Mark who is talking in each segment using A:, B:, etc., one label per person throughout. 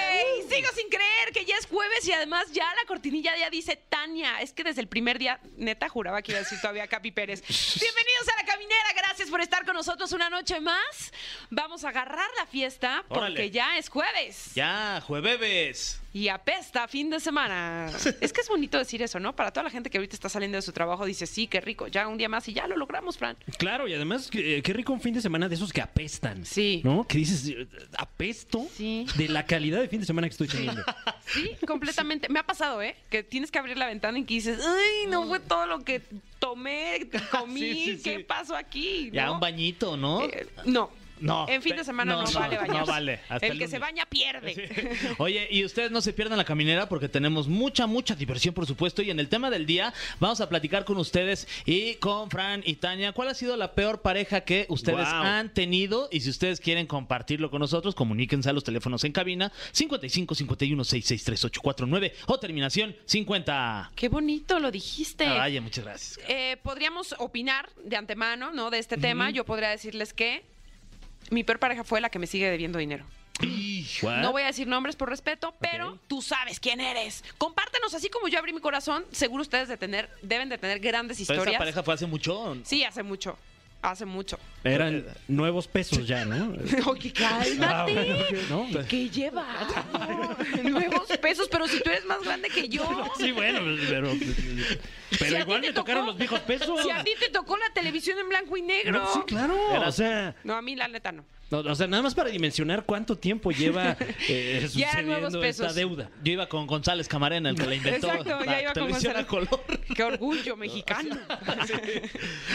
A: ¡Ey! Sigo sin creer que ya es jueves y además ya la cortinilla ya dice Tania. Es que desde el primer día, neta, juraba que iba a decir todavía Capi Pérez. Bienvenidos a La Caminera, gracias por estar con nosotros una noche más. Vamos a agarrar la fiesta porque
B: Órale.
A: ya es jueves
B: Ya, jueves.
A: y apesta fin de semana. es que es bonito decir eso, ¿no? Para toda la gente que ahorita está saliendo de su trabajo, dice, sí, qué rico, ya un día más y ya lo logramos, Fran.
B: Claro, y además, eh, qué, qué rico un fin de semana de esos que apestan.
A: Sí.
B: ¿No? Que dices, eh, apesto
A: Sí.
B: de la calidad de fin de semana que estoy teniendo.
A: Sí, completamente. Me ha pasado, ¿eh? Que tienes que abrir la ventana y que dices, ¡ay, no fue todo lo que tomé, comí!
B: Mm. Sí, sí, sí.
A: ¿Qué pasó aquí?
C: Ya
A: ¿No?
C: un bañito, ¿no?
A: Eh, no.
C: No.
A: En fin de semana no,
C: No, no,
A: vale
C: no
A: bañarse.
B: vale. Hasta
A: el,
B: el
A: que se
B: lunes.
A: baña pierde.
C: Oye, y ustedes no se pierdan la caminera porque tenemos mucha, mucha diversión, por supuesto. Y en el tema del día vamos a platicar con ustedes y con Fran y Tania. ¿Cuál ha sido la peor pareja que ustedes
B: Guau.
C: han tenido? Y si ustedes quieren compartirlo con nosotros, comuníquense a los teléfonos en cabina 55 51 66 38 49 o terminación 50.
A: Qué bonito lo dijiste.
C: Ah, Vaya, muchas gracias.
A: Eh, podríamos opinar de antemano, ¿no? De este tema. Yo podría decirles que mi peor pareja fue la que me sigue debiendo dinero.
B: What?
A: No voy a decir nombres por respeto, pero tú sabes quién eres. Compártenos, así como yo abrí mi corazón, seguro ustedes de tener, deben de tener grandes
C: ¿Pero
A: historias.
C: esa pareja fue hace mucho?
A: Sí, hace mucho. Hace mucho.
B: Eran nuevos pesos ya, ¿no?
A: Oye, cálmate.
B: ¿No?
A: ¿Qué lleva? Nuevos pesos, pero si tú eres más grande que yo.
B: Sí, bueno, pues, pero. Pero
A: Si a ti
B: igual
A: te
B: me tocaron
A: tocó-
B: los viejos pesos.
A: Si a ti te tocó la televisión en blanco y negro.
B: No, sí, claro.
C: Era-
B: O sea.
A: No, a mí la neta no.
B: no, o sea, nada más para dimensionar cuánto tiempo lleva eh,
A: Ya eran nuevos
B: sucediendo esta
A: pesos.
B: deuda.
C: Yo iba con González Camarena, el que la inventó
A: Exacto, ya
C: la
A: iba con
C: televisión a
A: González.
C: color.
A: Qué orgullo mexicano.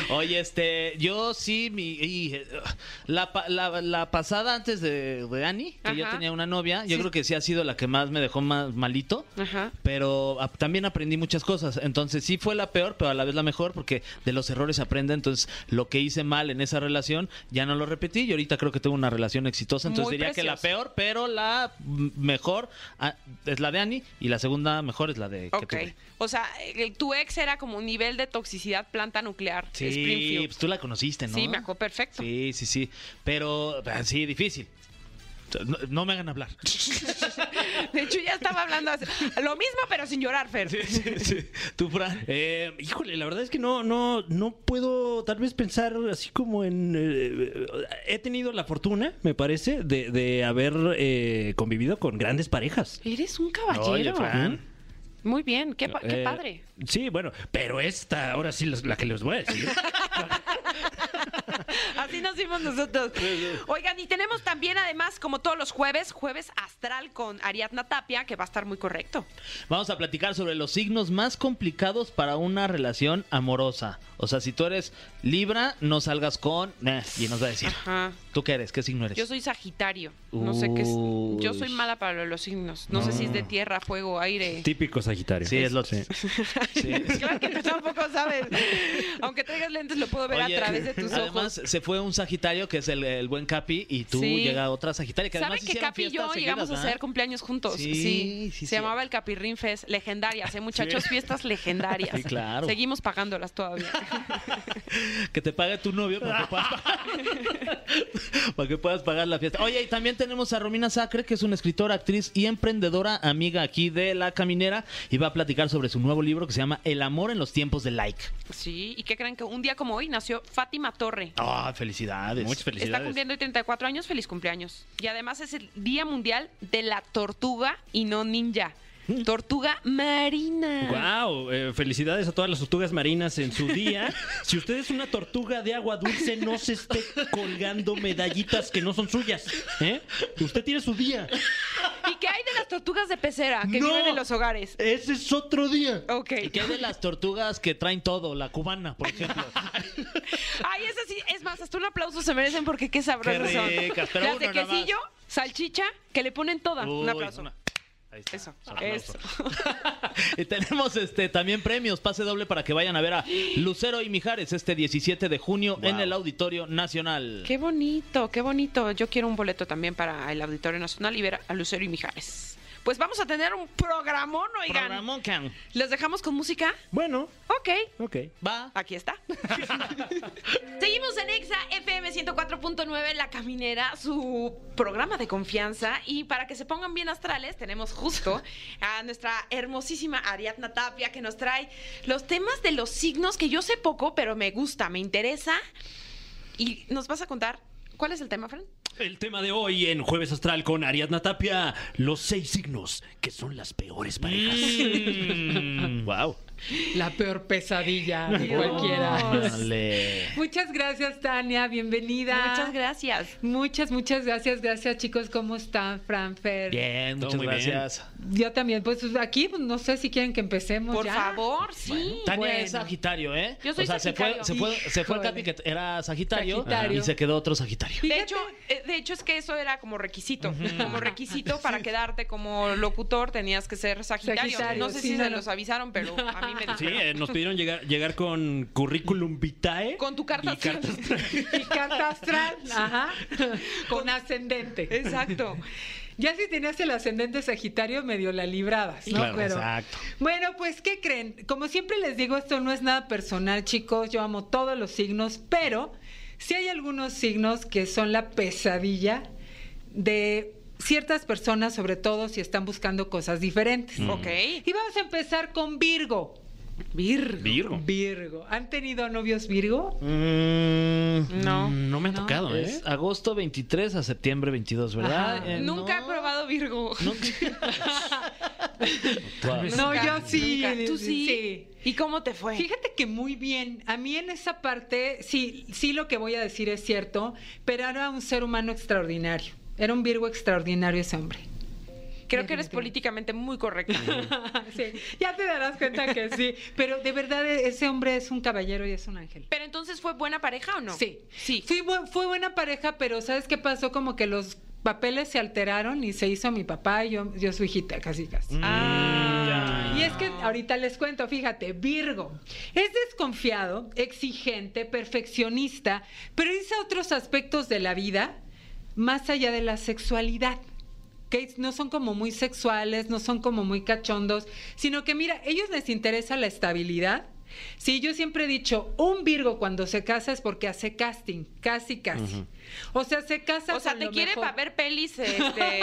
C: Oye, este, yo sí, mi, y, eh, la, pa- la- la pasada antes de, de Ani, que yo
A: Ajá.
C: tenía una novia, yo
A: Sí.
C: creo que sí ha sido la que más me dejó más malito.
A: Ajá.
C: Pero ah, también aprendí muchas cosas. Entonces sí fue la peor, pero a la vez la mejor, porque de los errores se aprende. Entonces lo que hice mal en esa relación ya no lo repetí. Y ahorita creo que tengo una relación exitosa. Entonces
A: Muy
C: diría que la
A: precioso.
C: peor, pero la mm, mejor ah, es la de Ani y la segunda mejor es la de que
A: Ok.
C: tuve.
A: O sea, el- tu ex era como un nivel de toxicidad planta nuclear.
C: Sí,
A: Springfield.
C: pues tú la conociste, ¿no?
A: Sí, me acuerdo perfecto.
C: Sí, sí, sí. Pero ah, sí, difícil. No, no me hagan hablar.
A: De hecho, ya estaba hablando así. lo mismo, pero sin llorar, Fer.
C: Tú, Fran.
B: Eh, híjole, la verdad es que no, no, no puedo tal vez pensar así como en... eh, he tenido la fortuna, me parece, de, de haber eh, convivido con grandes parejas.
A: Eres un
C: Oye,
A: caballero.
C: Fran.
A: Muy bien, qué, pa- qué
B: Eh,
A: padre.
B: Sí, bueno, pero esta ahora sí las- la que les voy a decir.
A: Así nos vimos nosotros. Oigan, y tenemos también, además, como todos los jueves, jueves astral con Ariadna Tapia, que va a estar muy correcto.
C: Vamos a platicar sobre los signos más complicados para una relación amorosa. O sea, si tú eres Libra, no salgas con... eh, y nos va a decir.
A: Ajá.
C: ¿Tú qué eres? ¿Qué signo eres?
A: Yo soy Sagitario. No sé qué es. Yo soy
C: Uy.
A: mala para lo de los signos. No, sé si es de tierra, fuego, aire.
B: Típico Sagitario.
C: Sí, es lo
B: Sí.
A: Claro que tú tampoco sabes. Aunque traigas lentes, lo puedo ver
C: Oye,
A: a través de tus
C: además,
A: ojos.
C: se fue un Sagitario, que es el, el buen Capi, y tú
A: Sí.
C: llega otra Sagitaria. Que
A: ¿Saben
C: además
A: que
C: hicieron
A: Capi y
C: fiestas
A: yo
C: seguidas, ¿eh?
A: llegamos a
C: ¿verdad?
A: hacer cumpleaños juntos?
C: Sí,
A: Sí, Se
C: sí, sí.
A: llamaba el Capirrin Fest, legendarias, ¿eh, muchachos? Fiestas legendarias.
C: Sí, claro.
A: Seguimos pagándolas todavía.
C: Que te pague tu novio para que puedas pagar, para que puedas pagar la fiesta. Oye, y también tenemos a Romina Sacre, que es una escritora, actriz y emprendedora, amiga aquí de La Caminera, y va a platicar sobre su nuevo libro que se llama El amor en los tiempos de like.
A: Sí, ¿y qué creen? Que un día como hoy nació Fátima Torre.
C: Ah, felicidades.
B: Muchas
A: Está
B: felicidades.
A: cumpliendo hoy 34 años, feliz cumpleaños. Y además es el Día Mundial de la Tortuga y no Ninja.
C: Mm.
A: Tortuga marina.
B: Wow, eh, felicidades a todas las tortugas marinas en su día. Si usted es una tortuga de agua dulce, no se esté colgando medallitas que no son suyas. ¿eh? Usted tiene su día.
A: ¿Y qué hay de las tortugas de pecera que
B: No.
A: viven en los hogares?
B: Ese es otro día.
A: Ok.
C: ¿Y qué hay de las tortugas que traen todo? La cubana, por ejemplo.
A: Ay, esa sí, es más, hasta un aplauso se merecen porque qué sabrosas
C: Qué ricas,
A: son.
C: pero
A: Las de
C: uno nada más.
A: quesillo, salchicha, que le ponen toda.
C: Uy,
A: un aplauso.
C: una- Ahí está.
A: Eso,
C: Su aplauso.
A: eso.
C: Y tenemos este también premios, pase doble para que vayan a ver a Lucero y Mijares este 17 de junio en el Auditorio Nacional.
A: Oh, Qué bonito, qué bonito. Yo quiero un boleto también para el Auditorio Nacional y ver a Lucero y Mijares. Pues vamos a tener un programón, oigan.
C: Programón, can.
A: ¿Les dejamos con música?
B: Bueno,
A: Ok,
B: ok.
C: Va.
D: Ah,
A: aquí está. Seguimos en Exa FM 104.9, La Caminera, su programa de confianza. Y para que se pongan bien astrales, tenemos justo a nuestra hermosísima Ariadna Tapia que nos trae los temas de los signos que yo sé poco, pero me gusta, me interesa. Y nos vas a contar cuál es el tema, Fran.
B: El tema de hoy en Jueves Astral con Ariadna Tapia, los seis signos que son las peores parejas.
C: wow.
D: La peor pesadilla de cualquiera. Muchas gracias, Tania. Bienvenida.
A: Muchas gracias.
D: Muchas, muchas gracias. Gracias, chicos. ¿Cómo están, Franfer?
C: Bien,
B: Todo
C: muchas
B: muy bien.
C: gracias.
D: Yo también. Pues aquí, pues, no sé si quieren que empecemos
A: Por
D: ya.
A: favor, sí.
C: Tania
D: Bueno.
C: es Sagitario, ¿eh?
A: Yo soy
C: o sea,
A: Sagitario.
C: se fue, se fue, se fue el
D: Híjole.
C: Capi que era sagitario,
D: Sagitario.
C: y se quedó otro Sagitario.
A: De hecho, eh, de hecho es que eso era como requisito, como requisito para quedarte como locutor tenías que ser sagitario.
D: Sagitario,
A: no sé
D: sí,
A: si
D: no,
A: se
D: no.
A: los avisaron, pero a mí me
B: Sí,
A: dijeron.
B: eh, nos pidieron llegar, llegar con currículum vitae.
A: Con tu carta
B: y cartas-
D: Y carta astral. Ajá. Con ascendente.
A: Exacto.
D: Ya si tenías el ascendente sagitario, medio la librabas, ¿no?
C: Claro,
D: Pero-
C: exacto.
D: Bueno, pues, ¿qué creen? Como siempre les digo, esto no es nada personal, chicos. Yo amo todos los signos, pero sí hay algunos signos que son la pesadilla de ciertas personas, sobre todo si están buscando cosas diferentes.
A: Ok.
D: Y vamos a empezar con Virgo. Virgo.
B: Virgo.
D: Virgo. ¿Han tenido novios Virgo?
C: Mm,
A: No.
C: No me ha
D: No.
C: tocado, ¿eh?
B: Es
C: agosto 23 a septiembre 22, ¿verdad? Eh,
D: ¿verdad?
A: Ah, Nunca he probado Virgo.
D: No, yo sí.
A: nunca. ¿Tú sí?
D: Sí.
A: ¿Y cómo te fue?
D: Fíjate que muy bien. A mí en esa parte, sí, sí lo que voy a decir es cierto, pero era un ser humano extraordinario. Era un Virgo extraordinario ese hombre.
A: Creo que eres políticamente
D: definitivamente.
A: muy correcta.
D: Mm. sí, ya te darás cuenta que sí. Pero de verdad, e-, ese hombre es un caballero y es un ángel.
A: Pero entonces fue buena pareja o no?
D: Sí,
A: Sí.
D: Fui bu- fue buena pareja, pero ¿sabes qué pasó? Como que los papeles se alteraron y se hizo mi papá y yo, yo su hijita, casi casi.
A: Ah.
D: Y es que ahorita les cuento, fíjate, Virgo es desconfiado, exigente, perfeccionista, pero dice otros aspectos de la vida más allá de la sexualidad. Que no son como muy sexuales, no son como muy cachondos, sino que mira, ellos les interesa la estabilidad. Sí, yo siempre he dicho, un Virgo cuando se casa es porque hace casting, casi, casi. O sea, se casa.
A: O sea,
D: con
A: te
D: lo
A: quiere
D: mejor.
A: para ver pelis, este,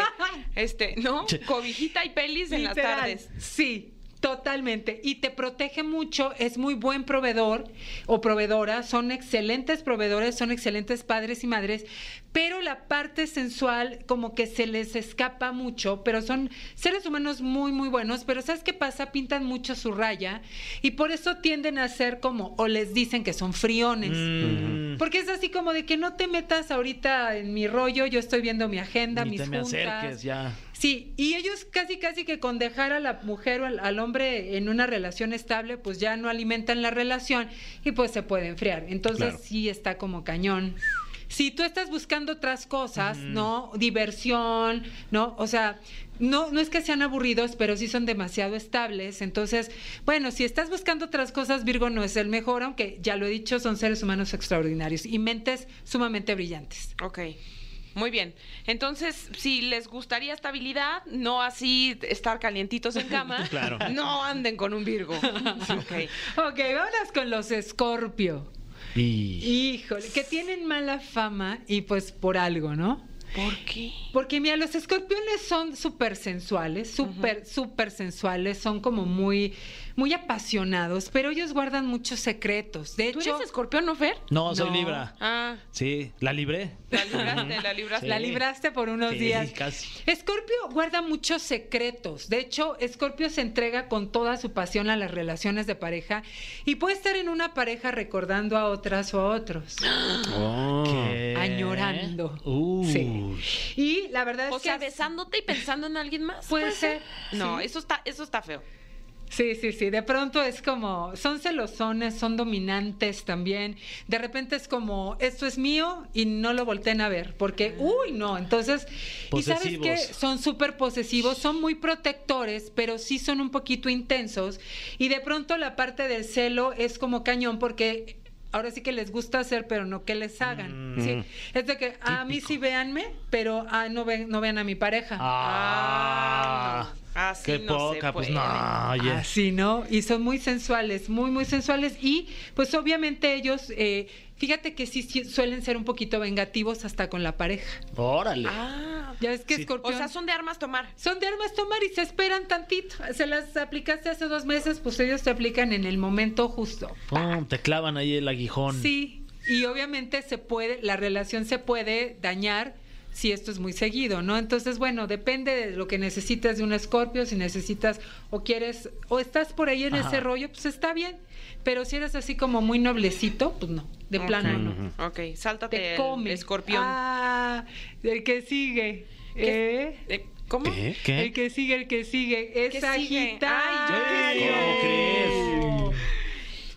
A: este, ¿no? Cobijita y pelis en las
D: Literal,
A: tardes.
D: Sí, totalmente. Y te protege mucho, es muy buen proveedor o proveedora, son excelentes proveedores, son excelentes padres y madres, pero la parte sensual como que se les escapa mucho, pero son seres humanos muy, muy buenos, pero ¿sabes qué pasa? Pintan mucho su raya y por eso tienden a ser como, o les dicen que son friones.
C: Mm.
D: Porque es así como de que no te metas ahorita en mi rollo, yo estoy viendo mi agenda,
C: Ni
D: mis
C: te me
D: juntas.
C: acerques ya.
D: Sí, y ellos casi casi que con dejar a la mujer o al, al hombre en una relación estable, pues ya no alimentan la relación y pues se puede enfriar. Entonces
B: Claro.
D: sí está como cañón. Si tú estás buscando otras cosas, ¿no? Diversión, ¿no? O sea, no, no es que sean aburridos, pero sí son demasiado estables. Entonces, bueno, si estás buscando otras cosas, Virgo no es el mejor, aunque ya lo he dicho, son seres humanos extraordinarios y mentes sumamente brillantes.
A: Ok, muy bien. Entonces, si les gustaría estabilidad, no así estar calientitos en cama,
B: Claro.
A: no anden con un Virgo. Ok.
D: Ok, vámonos con los Escorpio.
C: Y...
D: Híjole, que tienen mala fama y pues por algo, ¿no?
A: ¿Por qué?
D: Porque mira, los escorpiones son súper sensuales, súper, súper sensuales, son como muy, muy apasionados, pero ellos guardan muchos secretos. De
A: ¿Tú
D: hecho,
A: eres escorpión, no, Fer?
C: No, soy
D: No.
C: Libra.
A: Ah,
C: Sí, la libré.
A: la libraste, la libraste.
C: Sí.
D: la libraste por unos
C: Sí,
D: días.
C: casi.
D: Escorpio guarda muchos secretos. De hecho, Escorpio se entrega con toda su pasión a las relaciones de pareja y puede estar en una pareja recordando a otras o a otros.
C: oh,
B: Ah.
C: ¿Qué? Uh.
D: Añorando.
C: Uy.
D: Sí. Y la verdad
A: O
D: es que
A: sea, besándote y pensando en alguien más.
D: Puede ser,
A: No,
D: sí.
A: eso está, eso está feo.
D: Sí, sí, sí. De pronto es como, son celosones, son dominantes también. De repente es como, esto es mío y no lo volteen a ver, porque, uy, no. Entonces, y
C: Posesivos.
D: sabes que son súper posesivos, son muy protectores, pero sí son un poquito intensos. Y de pronto la parte del celo es como cañón, porque ahora sí que les gusta hacer, pero no que les hagan. Sí. Es de que a mí sí véanme, pero ah, no, ven, no vean a mi pareja.
C: Ah,
A: Ah, así
C: qué
A: no se
C: poca, pues
A: puede.
C: no, oye.
D: Así, ¿no? Y son muy sensuales, muy, muy sensuales. Y pues obviamente ellos, eh, fíjate que sí, sí suelen ser un poquito vengativos hasta con la pareja.
C: Órale.
A: Ah,
D: Ya ves que
A: o
D: escorpión...
A: sea, son de armas tomar.
D: son de armas tomar y se esperan tantito. Se las aplicaste hace dos meses, pues ellos te aplican en el momento justo.
C: Pum, te clavan ahí el aguijón.
D: Sí, y obviamente se puede, la relación se puede dañar si esto es muy seguido, ¿no? Entonces, bueno, depende de lo que necesitas de un escorpio, si necesitas o quieres o estás por ahí en
C: Ajá.
D: ese rollo, pues está bien, pero si eres así como muy noblecito, pues no, de
A: Ok.
D: plano no.
A: Ok, sáltate
D: Te
A: el
D: come.
A: escorpión.
D: Ah, el que sigue.
A: ¿Qué?
D: ¿Eh?
A: Eh, ¿Cómo?
C: ¿Eh? ¿Qué?
D: El que sigue, el que sigue,
A: ¿Qué
D: es
A: sigue? Ay,
D: Sagitario.
A: yo
C: qué ¿Cómo crees?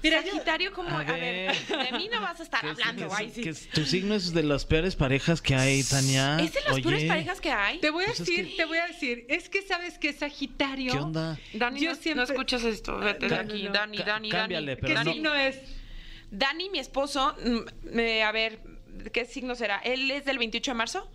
D: Mira, yo-
A: Sagitario, como, a, ver, de mí no vas a estar
C: Que-
A: hablando,
C: que-
A: ay, sí.
C: que tu signo es de las peores parejas que hay, Tania.
A: ¿Es de las
C: Oye,
A: peores parejas que hay?
D: Te voy a
C: Pues es
D: decir,
C: que-
D: te voy a decir, es que sabes que Sagitario.
C: ¿Qué onda?
A: Dani,
D: Yo
A: no,
D: siempre-
A: no escuchas esto, vete de
D: Ah, no,
A: aquí.
D: no, no.
A: Dani,
C: Ca-
A: Dani,
C: cámbiale,
A: Dani.
D: ¿Qué
C: pero no-
D: signo es?
A: Dani, mi esposo, mm, eh, a ver, ¿qué signo será? ¿Él es del 28 de marzo?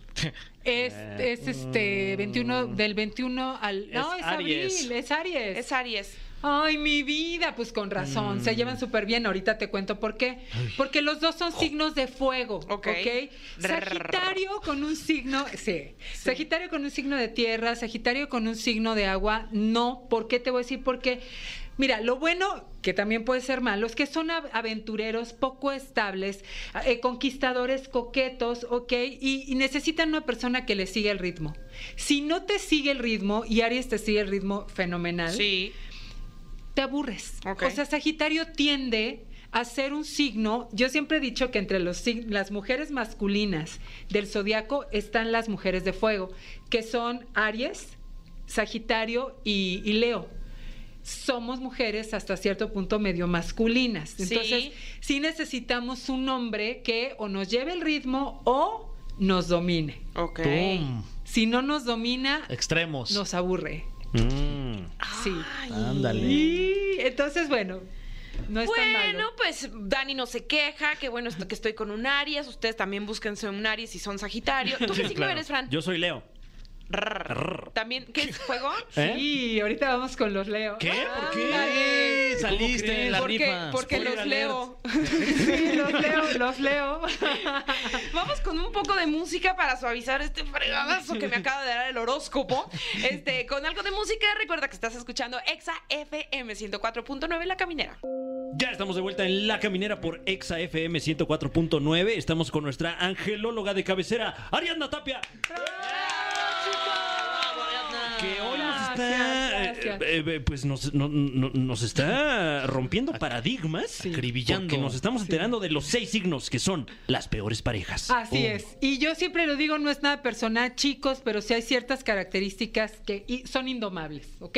D: Es, es este 21 del 21 al No,
C: Es
D: es, abril,
C: Aries.
D: es Aries.
A: Es Aries.
D: Ay, mi vida, pues con razón, se llevan súper bien, ahorita te cuento por qué. Porque los dos son signos de fuego,
A: Ok.
D: ¿ok? Sagitario con un signo, sí. Sagitario con un signo de tierra, Sagitario con un signo de agua, no, ¿por qué te voy a decir? Porque mira, lo bueno que también puede ser malo, es que son av- aventureros poco estables, eh, conquistadores coquetos, ¿ok? Y, y necesitan una persona que les siga el ritmo. Si no te sigue el ritmo, y Aries te sigue el ritmo fenomenal,
A: Sí.
D: te aburres.
A: Ok.
D: O sea, Sagitario tiende a ser un signo. Yo siempre he dicho que entre los sig- las mujeres masculinas del zodiaco están las mujeres de fuego, que son Aries, Sagitario y, y Leo. Somos mujeres hasta cierto punto medio masculinas.
A: Sí.
D: Entonces, sí necesitamos un hombre que o nos lleve el ritmo o nos domine.
A: Ok. Mm.
C: Pum.
D: Si no nos domina,
C: Extremos.
D: nos aburre.
B: Mm.
A: Ah,
D: Sí.
A: Ay.
C: Ándale.
D: Y entonces, bueno, no es tan malo.
A: Bueno, pues Dani no se queja, qué bueno esto- que estoy con un Aries, ustedes también búsquense un Aries si son Sagitario. ¿Tú qué signo
B: claro.
A: eres, Fran?
B: Yo soy Leo.
A: Rrr. ¿También? ¿Qué es fuego?
B: ¿Eh?
D: Sí, ahorita vamos con los Leo.
C: ¿Qué? ¿Por
D: Ándale.
C: qué? Saliste en la
D: ¿Por qué?
C: rifa.
D: Ah, Porque
C: Spoiler
D: los
C: alert.
D: leo. Sí, los leo, los leo.
A: Vamos con un poco de música para suavizar este fregadazo que me acaba de dar el horóscopo. Este, con algo de música, recuerda que estás escuchando Exa FM 104.9 La Caminera.
B: Ya estamos de vuelta en La Caminera por Exa FM 104.9. Estamos con nuestra angelóloga de cabecera, Ariadna Tapia. Que hoy nos está,
D: Ah, Gracias, gracias.
B: eh, eh, eh, pues nos, no- no- nos está rompiendo paradigmas,
C: Acribillando.
B: porque nos estamos enterando de los seis signos que son las peores parejas.
D: Así
C: Uh.
D: es. Y yo siempre lo digo, no es nada personal, chicos, pero sí hay ciertas características que y- son indomables, ¿ok?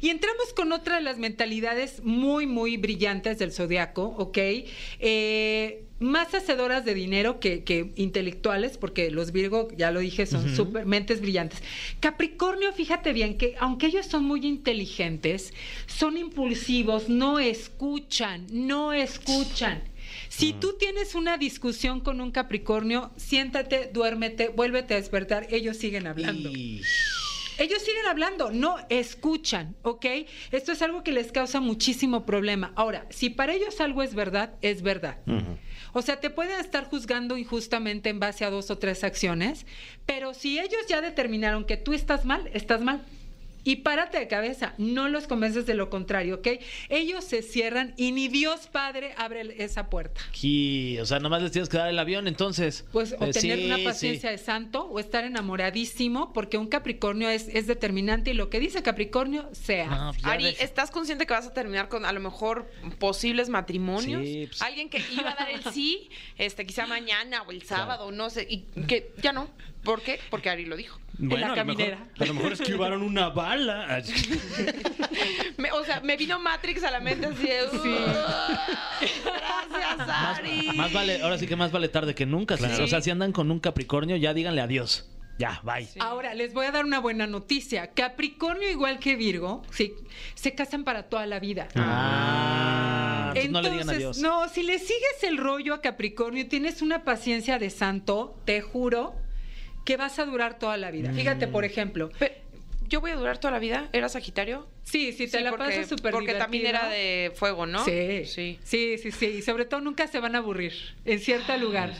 D: Y entramos con otra de las mentalidades muy, muy brillantes del zodiaco, ¿ok? Eh, más hacedoras de dinero que, que intelectuales, porque los Virgo, ya lo dije, son súper mentes brillantes. Capricornio, fíjate bien que aunque ellos son muy inteligentes, son impulsivos, no escuchan, no escuchan. Si tú tienes una discusión con un Capricornio, siéntate, duérmete, vuélvete a despertar. Ellos siguen hablando.
C: Y-
D: Ellos siguen hablando, no escuchan, ¿ok? Esto es algo que les causa muchísimo problema. Ahora, si para ellos algo es verdad, es verdad. O sea, te pueden estar juzgando injustamente en base a dos o tres acciones, pero si ellos ya determinaron que tú estás mal, estás mal. Y párate de cabeza, no los convences de lo contrario, ¿ok? Ellos se cierran y ni Dios Padre abre esa puerta.
C: y- o sea, nada más les tienes que dar el avión, entonces.
D: Pues o
C: Eh,
D: tener
C: sí,
D: una
C: sí.
D: paciencia de santo o estar enamoradísimo, porque un Capricornio es, es determinante y lo que dice Capricornio sea.
C: No, pues ya
A: Ari,
C: deja.
A: ¿estás consciente que vas a terminar con a lo mejor posibles matrimonios?
C: Sí, pues.
A: Alguien que iba a dar el sí, este, quizá mañana o el sábado, no sé, y que ya no. ¿Por qué? Porque Ari lo dijo.
B: Bueno,
D: la
B: a lo, mejor,
D: caminera.
B: a lo mejor esquivaron una bala.
A: Me- o sea, me vino Matrix a la mente así de. "Uh, Gracias,
C: Más,
A: Ari.
C: más vale, ahora sí que más vale tarde que nunca. sí.
A: Claro.
C: O sea, si andan con un Capricornio, ya díganle adiós. Ya, bye.
D: Ahora les voy a dar una buena noticia. Capricornio igual que Virgo, sí, se casan para toda la vida.
C: Ah, entonces no le digan adiós.
D: no, si le sigues el rollo a Capricornio, tienes una paciencia de santo, te juro, que vas a durar toda la
C: Mm.
D: vida. Fíjate, por ejemplo,
A: Pe- Yo voy a durar toda la vida. ¿Era Sagitario?
D: sí, sí, te
A: Sí,
D: la
A: porque-
D: pasas súper
A: Porque también
D: divertido.
A: era de fuego, ¿no?
D: Sí,
A: Sí.
D: sí, sí, sí, Y sobre todo nunca se van a aburrir en cierto lugar.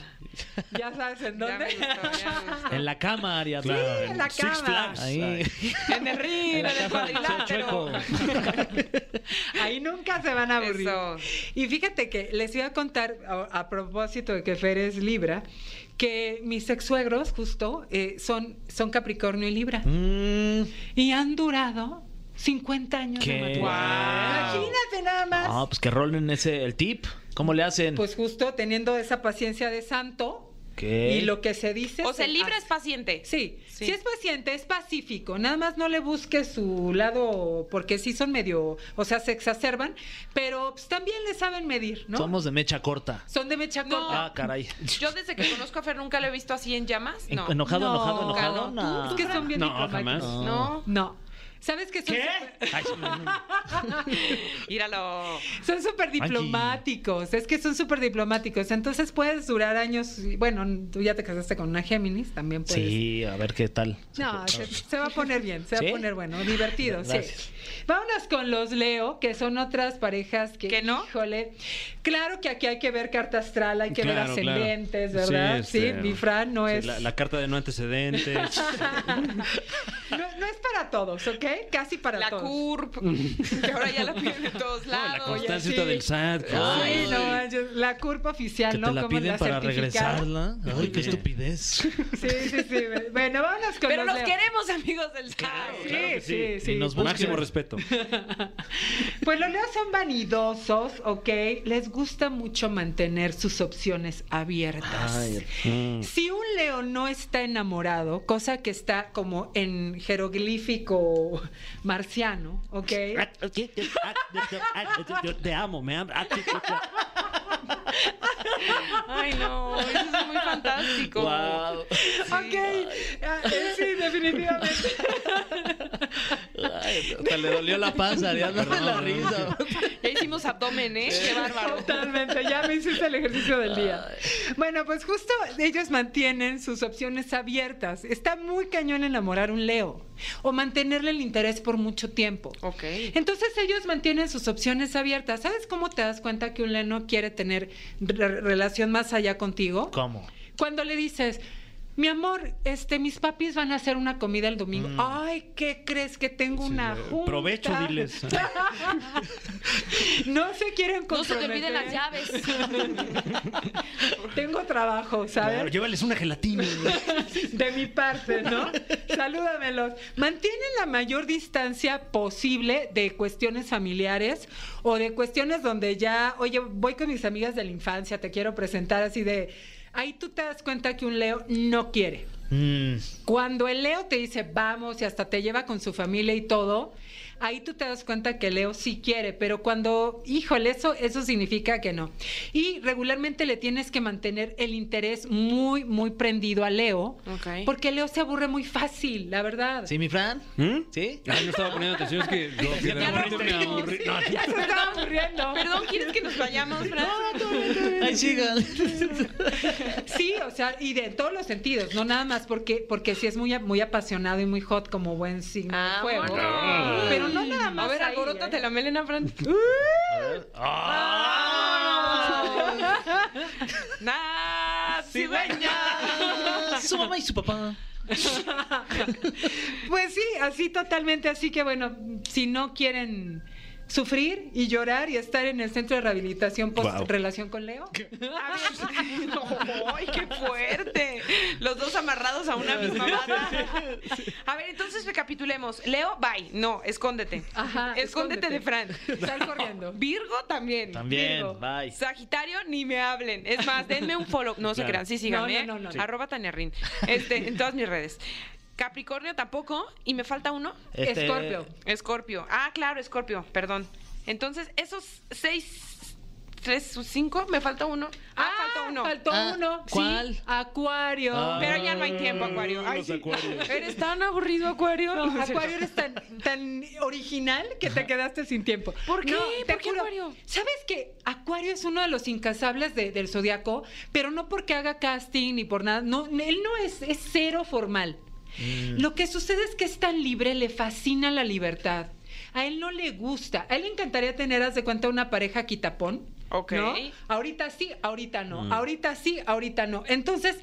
D: Ya sabes en
A: Ya
D: dónde.
A: me gustó, ya me gustó.
C: En la cama, Ari, atrás.
D: en la
B: Six
D: cama.
B: Flags.
C: Ahí.
A: En el ring, en
C: la
A: el
C: cama, soy
A: cuadrilátero.
D: Ahí nunca se van a aburrir.
A: Eso.
D: Y fíjate que les iba a contar, a, a propósito de que Fer es Libra, que mis ex suegros, justo, eh, son, son Capricornio y Libra.
C: Mm,
D: Y han durado 50 años
C: ¿Qué?
D: de matrimonio.
C: Guau.
D: Imagínate nada más.
C: Ah, pues que rolen ese, el tip. ¿Cómo le hacen?
D: Pues justo teniendo esa paciencia de santo
C: ¿Qué?
D: y lo que se dice.
A: O sea, el Libra es
D: hace.
A: paciente.
D: Sí,
A: Sí.
D: si es paciente, es pacífico. Nada más no le busque su lado, porque sí son medio, o sea, se exacerban, pero pues, también le saben medir, ¿no?
C: Somos de mecha corta.
D: Son de mecha
A: No.
D: corta.
C: Ah, caray.
A: Yo desde que conozco a Fer nunca lo he visto así en llamas.
C: En-
A: No.
C: enojado,
D: No.
C: enojado, enojado,
A: ¿Tú?
C: no.
D: Es que son bien
B: No, jamás.
D: diplomáticos.
A: No.
D: No. ¿Sabes que son súper-
C: Ay, sí.
A: Míralo.
D: son súper diplomáticos? Es que son súper diplomáticos. Entonces puedes durar años. y- Bueno, tú ya te casaste con una Géminis, también puedes.
C: Sí, a ver qué tal.
D: Pues, No, se, se va a poner bien, se va
C: ¿Sí?
D: a poner bueno, divertido,
C: Gracias.
D: sí. Vámonos con los Leo, que son otras parejas que,
A: ¿Que no?
D: híjole, claro que aquí hay que ver carta astral, hay que
B: Claro,
D: ver
B: claro.
D: ascendentes, ¿verdad? Sí,
B: este,
D: mi Fran no
B: sí,
D: es...
B: La, la carta de no antecedentes.
D: No, no es para todos, ¿ok? Casi para
A: La
D: todos.
A: CURP. Que ahora ya la piden de todos
B: la
A: lados.
D: constancia.
B: constancia
D: sí.
B: del SAT.
D: Sí,
C: Ay.
D: no, manches, la curva oficial,
C: Que
D: ¿no?
C: te la
D: Como
C: piden para
D: certificada.
C: regresarla. Ay, qué
B: Oye.
C: estupidez.
D: Sí, sí, sí. Bueno, vámonos con
A: Pero
D: los
A: los
D: Leo.
A: queremos, amigos del SAT.
D: Sí,
B: Claro que sí.
D: sí, sí.
C: Y nos busquen.
B: Máximo respeto.
D: Pues los leos son vanidosos, ¿ok? Les gusta mucho mantener sus opciones abiertas.
A: Mm.
D: Si un leo no está enamorado, cosa que está como en jeroglífico marciano, ¿ok?
B: Ah, Te amo, me ah, amo.
A: Ay, no. Eso es muy fantástico.
C: Guau.
D: ok, ah, eh, sí, definitivamente.
C: Ay, hasta le dolió la panza, ya no la risa.
A: Ya hicimos abdomen, ¿eh? Qué bárbaro.
D: Totalmente, ya me hiciste el ejercicio del día. Bueno, pues justo ellos mantienen sus opciones abiertas. Está muy cañón enamorar un leo o mantenerle el interés por mucho tiempo.
A: Ok.
D: Entonces ellos mantienen sus opciones abiertas. ¿Sabes cómo te das cuenta que un leo no quiere tener re- relación más allá contigo?
C: ¿Cómo?
D: Cuando le dices, mi amor, este, mis papis van a hacer una comida el domingo. Ay, ¿qué crees que tengo una
B: Mm. eh,
D: junta?
B: provecho, diles. ¿eh?
D: no se quieren
A: No se te
D: comprometer.
A: olviden las llaves.
D: Tengo trabajo, ¿sabes?
B: Llévales una gelatina.
D: De mi parte, ¿no? Salúdamelos. Mantienen la mayor distancia posible de cuestiones familiares o de cuestiones donde ya, oye, voy con mis amigas de la infancia, te quiero presentar así de... Ahí tú te das cuenta que un Leo no quiere.
C: Mm,
D: Cuando el Leo te dice vamos y hasta te lleva con su familia y todo, ahí tú te das cuenta que Leo sí quiere, pero cuando, híjole, eso, eso significa que no. Y regularmente le tienes que mantener el interés muy, muy prendido a Leo,
A: Ok.
D: porque Leo se aburre muy fácil, la verdad.
C: ¿Sí, mi Fran?
B: ¿Mm?
C: ¿Sí?
B: Ay, no estaba poniendo atención, es que yo
A: Ya lo
B: repente me
A: vimos.
B: aburrí. No,
D: Ya se estaba aburriendo.
A: Perdón, ¿quieres que nos vayamos, Fran?
C: Ahí sigan.
D: Sí, o sea, y de en todos los sentidos, no nada más porque porque sí es muy a- muy apasionado y muy hot como buen signo de fuego.
A: Vámonos.
D: Pero no nada más
A: Ah, A ver,
D: ahí,
A: alborótate
D: ¿eh?
A: la melena, Fran. Uh,
D: Ah.
A: Nah, sí,
D: Ah.
C: Su mamá y su papá.
D: Pues sí, así totalmente. Así que bueno, si no quieren sufrir y llorar y estar en el centro de rehabilitación post
B: Wow.
D: relación con Leo.
A: A ver, no, ¡Ay, qué fuerte! Los dos amarrados a una misma bata. A ver, entonces recapitulemos. Leo, bye. No, escóndete.
D: Ajá,
A: escóndete, de Fran.
D: Sal corriendo.
A: Virgo también.
C: También,
D: Virgo.
C: bye.
A: Sagitario, ni me hablen. Es más, denme un follow. No se
B: Claro.
A: crean, sí, síganme. ¿eh?
D: No, no, no, no.
A: Arroba Tania Rin. Este, en todas mis redes. Capricornio tampoco. ¿Y me falta uno?
C: Este-
D: Escorpio.
A: Escorpio. Ah, claro, Escorpio, perdón. Entonces, esos seis, tres, cinco, me falta uno. Ah, falta uno.
D: Faltó
C: Ah,
D: uno. Sí,
C: ¿cuál?
D: Acuario.
C: Ah.
A: Pero ya no hay tiempo, Acuario. Ay, sí. Eres tan aburrido, Acuario.
D: No,
A: No, es cierto.
D: Acuario eres tan, tan original que te quedaste sin tiempo.
A: ¿Por qué?
D: No, te
A: ¿Por qué
D: juro,
A: Acuario?
D: ¿Sabes que Acuario es uno de los incasables de- del zodiaco? Pero no porque haga casting ni por nada. No, él no es, es cero formal. Lo que sucede es que es tan libre, le fascina la libertad. A él no le gusta. A él le encantaría tener, haz de cuenta, una pareja quitapón.
A: Ok.
D: ¿no? Ahorita sí, ahorita no.
C: Mm.
D: Ahorita sí, ahorita no. Entonces,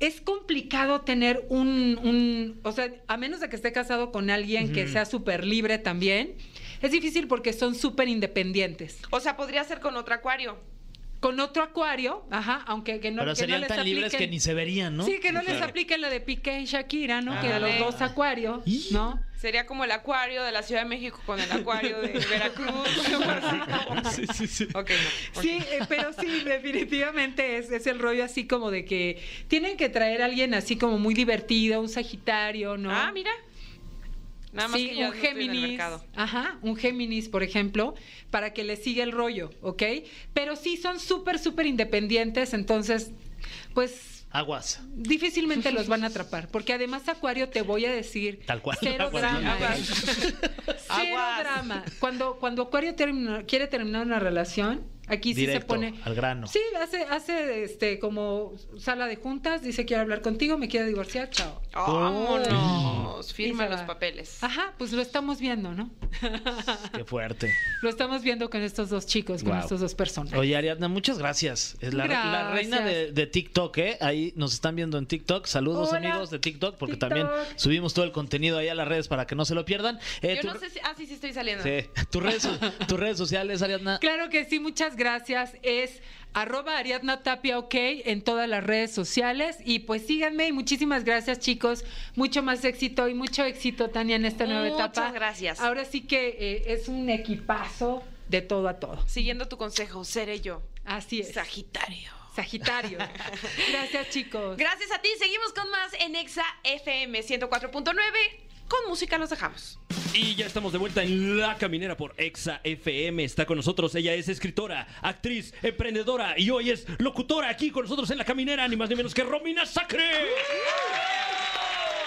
D: es complicado tener un, un- O sea, a menos de que esté casado con alguien que sea súper libre también, es difícil porque son súper independientes.
A: O sea, podría ser con otro Acuario.
D: Con otro acuario, ajá, aunque que no,
C: Pero
D: que no
C: serían
D: les
C: tan libres que
D: apliquen-
C: ni se verían, ¿no?
D: Sí, que no les apliquen lo de Piqué y Shakira, ¿no? que a los
A: Ándale.
D: dos acuarios, ¿no?
A: Sería como el acuario de la Ciudad de México con el acuario de Veracruz. sí, sí, sí. Ok, no.
D: Sí, eh, pero sí, definitivamente es, es el rollo así como de que tienen que traer a alguien así como muy divertido, un Sagitario, ¿no?
A: Ah, mira. Nada más
D: sí,
A: que yo
D: un
A: no estoy en el
D: Géminis.
A: mercado.
D: Ajá, un Géminis, por ejemplo, para que le siga el rollo, ¿ok? Pero sí, son súper, súper independientes, entonces, pues
C: Aguas.
D: difícilmente los van a atrapar, porque además Acuario te voy a decir
C: Tal cual,
D: cero
C: aguas,
D: drama,
A: aguas.
D: ¿eh? cero
A: Aguas.
D: drama. Cuando cuando Acuario termina- quiere terminar una relación, aquí sí se
C: Directo,
D: pone
C: al grano.
D: Sí, hace hace este como sala de juntas, dice quiero hablar contigo, me quiero divorciar, chao.
A: Vámonos. Firma
D: Y se
A: los
D: va.
A: papeles.
D: Ajá, pues lo estamos viendo, ¿no?
C: Qué fuerte.
D: Lo estamos viendo con estos dos chicos, con
C: Guau.
D: estos dos personas.
C: Oye, Ariadna, muchas gracias. Es la,
D: Gracias.
C: la reina de, de TikTok, ¿eh? Ahí nos están viendo en TikTok. Saludos,
D: Hola,
C: amigos de TikTok, porque
D: TikTok.
C: también subimos todo el contenido ahí a las redes para que no se lo pierdan. Eh,
A: Yo
C: tu-
A: no sé si. Ah, sí, sí, estoy saliendo.
C: sí. Tus redes, tus redes sociales, Ariadna.
D: Claro que sí, muchas gracias. Es arroba Ariadna Tapia OK en todas las redes sociales. Y pues síganme y muchísimas gracias, chicos. Mucho más éxito y mucho éxito, Tania, en esta nueva
A: Muchas
D: etapa.
A: gracias.
D: Ahora sí que eh, es un equipazo de todo a todo.
A: Siguiendo tu consejo, seré yo.
D: Así es.
A: Sagitario.
D: Sagitario. gracias, chicos.
A: Gracias a ti. Seguimos con más en Exa FM 104.9. Con música los dejamos.
B: Y ya estamos de vuelta en La Caminera por Exa FM. Está con nosotros, ella es escritora, actriz, emprendedora y hoy es locutora aquí con nosotros en La Caminera, ni más ni menos que Romina Sacre.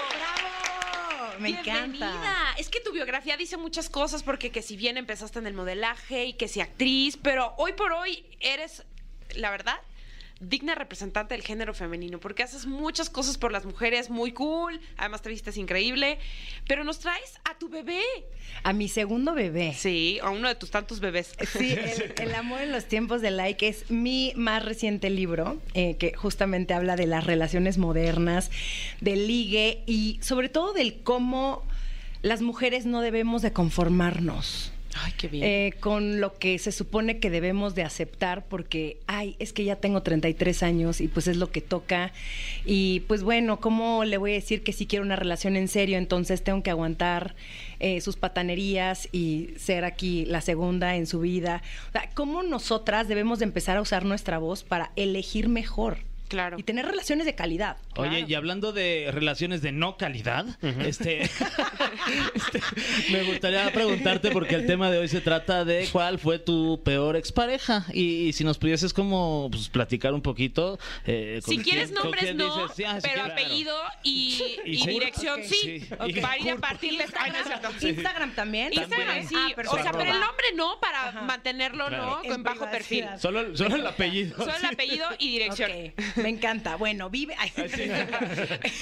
E: ¡Bravo! Me encanta.
A: Bienvenida. Es que tu biografía dice muchas cosas porque que si bien empezaste en el modelaje y que si actriz, pero hoy por hoy eres, la verdad, digna representante del género femenino porque haces muchas cosas por las mujeres, muy cool, además te vistes increíble, pero nos traes a tu bebé.
E: A mi segundo bebé.
A: Sí, a uno de tus tantos bebés.
E: Sí, el, El amor en los tiempos de like es mi más reciente libro, eh, que justamente habla de las relaciones modernas, del ligue y sobre todo del cómo las mujeres no debemos de conformarnos.
A: Ay, qué
E: eh, con lo que se supone que debemos de aceptar porque, ay, es que ya tengo 33 años y pues es lo que toca. Y pues bueno, ¿cómo le voy a decir que si quiero una relación en serio? Entonces tengo que aguantar eh, sus patanerías y ser aquí la segunda en su vida. O sea, ¿cómo nosotras debemos de empezar a usar nuestra voz para elegir mejor?
A: Claro.
E: Y tener relaciones de calidad.
C: Oye,
A: Claro.
C: y hablando de relaciones de no calidad, este, este, me gustaría preguntarte porque el tema de hoy se trata de cuál fue tu peor expareja y, y si nos pudieses como pues, platicar un poquito. eh, con
A: Si quieres
C: quién- con
A: nombres,
C: quién
A: no,
C: dices, sí, ah, si
A: pero
C: quieres-
A: apellido y,
C: Y
A: y
C: sí.
A: dirección,
E: Ok.
A: sí.
C: Sí. Ok.
A: Para ir a partirle. Ay, no es cierto.
E: Instagram también.
A: Instagram, sí.
E: Ah,
A: o sea,
E: perfecto.
A: pero el nombre no, para
E: Ajá.
A: mantenerlo,
C: Claro.
A: ¿no? Con
E: En
A: bajo
E: privacidad.
A: perfil.
C: Solo, solo el apellido.
A: Solo el apellido y dirección.
E: Ok, Me encanta. Bueno, vive. Ay,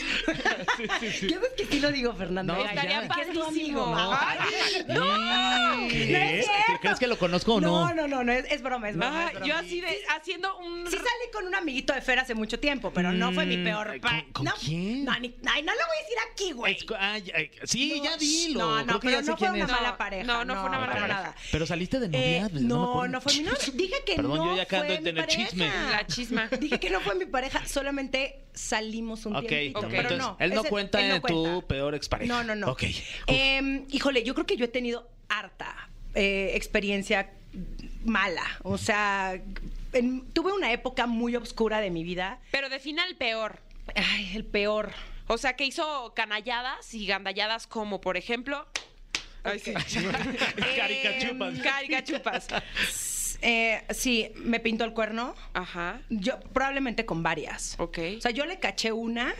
E: Ya ves que sí lo digo, Fernando.
C: No,
A: Estaría
E: Que es tu
A: padrísimo.
E: amigo.
A: Ay,
C: ¡No!
E: ¿Qué? es cierto.
C: ¿Crees que lo conozco o no?
E: No, no, no, no, es, es broma, es
A: ay,
E: broma. es broma.
A: yo así de haciendo un
E: Sí salí con un amiguito de Fer hace mucho tiempo, pero no fue mi peor... pa-
C: Mm, ¿con- con
E: no,
C: quién?
E: No, ni- ay, no lo voy a decir aquí, güey.
C: Es cu- ah, ya- eh, sí, ya dilo.
E: No, no,
C: Creo que
E: pero
C: ya sé
E: no fue
C: quién
E: una
C: es.
E: mala
A: No,
E: pareja.
A: no, no fue una mala
E: para
A: pareja.
E: nada.
C: Pero saliste de
E: Eh,
C: novia. pues, me
E: no, no,
C: acuerdo.
E: fue mi novia. Dije que
C: Perdón,
E: no
C: yo ya que ando
E: fue
C: en
E: mi
C: el chisme.
E: pareja.
A: la chisma.
E: Dije que no fue mi pareja, solamente salimos un
C: Ok,
E: tiempito,
A: ok.
E: pero
C: entonces,
E: no.
C: él no
E: ese-
C: cuenta
E: él no
C: en tu
E: cuenta.
C: peor expareja.
E: No, no, no.
C: Ok. Uf.
E: Eh, híjole, yo creo que yo he tenido harta eh, experiencia mala. O sea, en- tuve una época muy oscura de mi vida.
A: Pero de final peor.
E: Ay, el peor.
A: O sea, que hizo canalladas y gandalladas como, por ejemplo... Ay, sí.
C: Caricachupas.
A: Em, Caricachupas.
E: Eh, sí, me pintó el cuerno.
A: Ajá.
E: Yo probablemente con varias.
A: Ok.
E: O sea, yo le caché una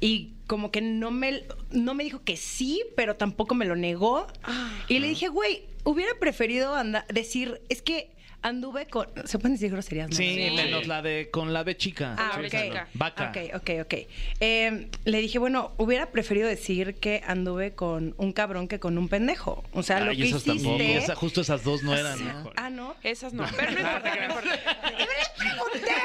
E: y como que no me, no me dijo que sí, pero tampoco me lo negó.
A: Ah,
E: Y le dije, güey, hubiera preferido anda- decir, es que anduve con... ¿Se pueden decir groserías? no?
C: Sí,
A: Sí.
C: menos la de con la B chica.
E: Ah,
A: Sí,
E: ok.
A: claro.
C: Vaca.
E: Ok, ok, ok. Eh, le dije, bueno, hubiera preferido decir que anduve con un cabrón que con un pendejo. O sea, lo
B: Ay,
E: que
B: esas
E: hiciste...
C: Sí,
B: tampoco.
C: esa- justo esas dos no eran. ¿no?
E: Ah, no.
A: Esas no. Pero no importa, no importa.
E: Y me les pregunté,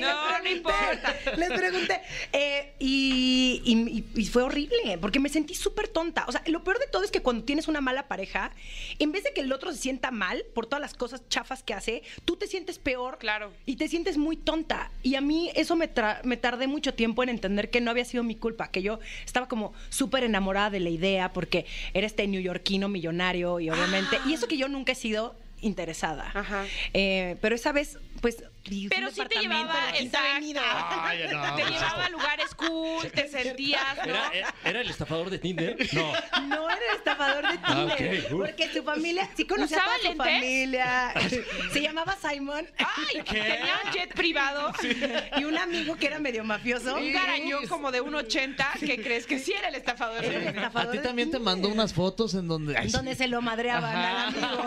A: No,
E: Les
A: no
E: pregunté,
A: importa.
E: Les pregunté. Eh, y, y- y- y fue horrible, porque me sentí súper tonta. O sea, lo peor de todo es que cuando tienes una mala pareja, en vez de que el otro se sienta mal por todas las cosas chafas que hace, tú te sientes peor.
A: Claro.
E: Y te sientes muy tonta. Y a mí eso me, tra- me tardé mucho tiempo en entender que no había sido mi culpa, que yo estaba como súper enamorada de la idea, porque era este neoyorquino millonario y obviamente.
A: Ah,
E: Y eso que yo nunca he sido interesada.
A: Ajá.
E: Eh, pero esa vez, pues, vi un
A: Pero sí te
E: departamento
A: llevaba...
E: en la Quinta
A: exacto.
E: Avenida.
C: Ay, no,
A: te
C: pues,
A: llevaba a lugares cool, te sentías, ¿no?
B: ¿Era, eh, era- era el estafador de Tinder? No.
E: No era el estafador de
B: Ah,
E: Tinder.
B: ok, uh.
E: Porque su familia, sí conocía a
A: ¿Usaba
E: toda su
A: lentes?
E: familia. Se llamaba Simon.
A: ¡Ay! Tenía un jet privado.
E: Y un amigo que era medio mafioso.
A: Un garañón como de 1,80 que crees que sí era el estafador.
E: Era el estafador
C: A ti
E: de
C: también te
E: Tinder.
C: mandó unas fotos en donde. Ay, sí.
E: Donde se lo madreaban
C: Ajá.
E: al amigo.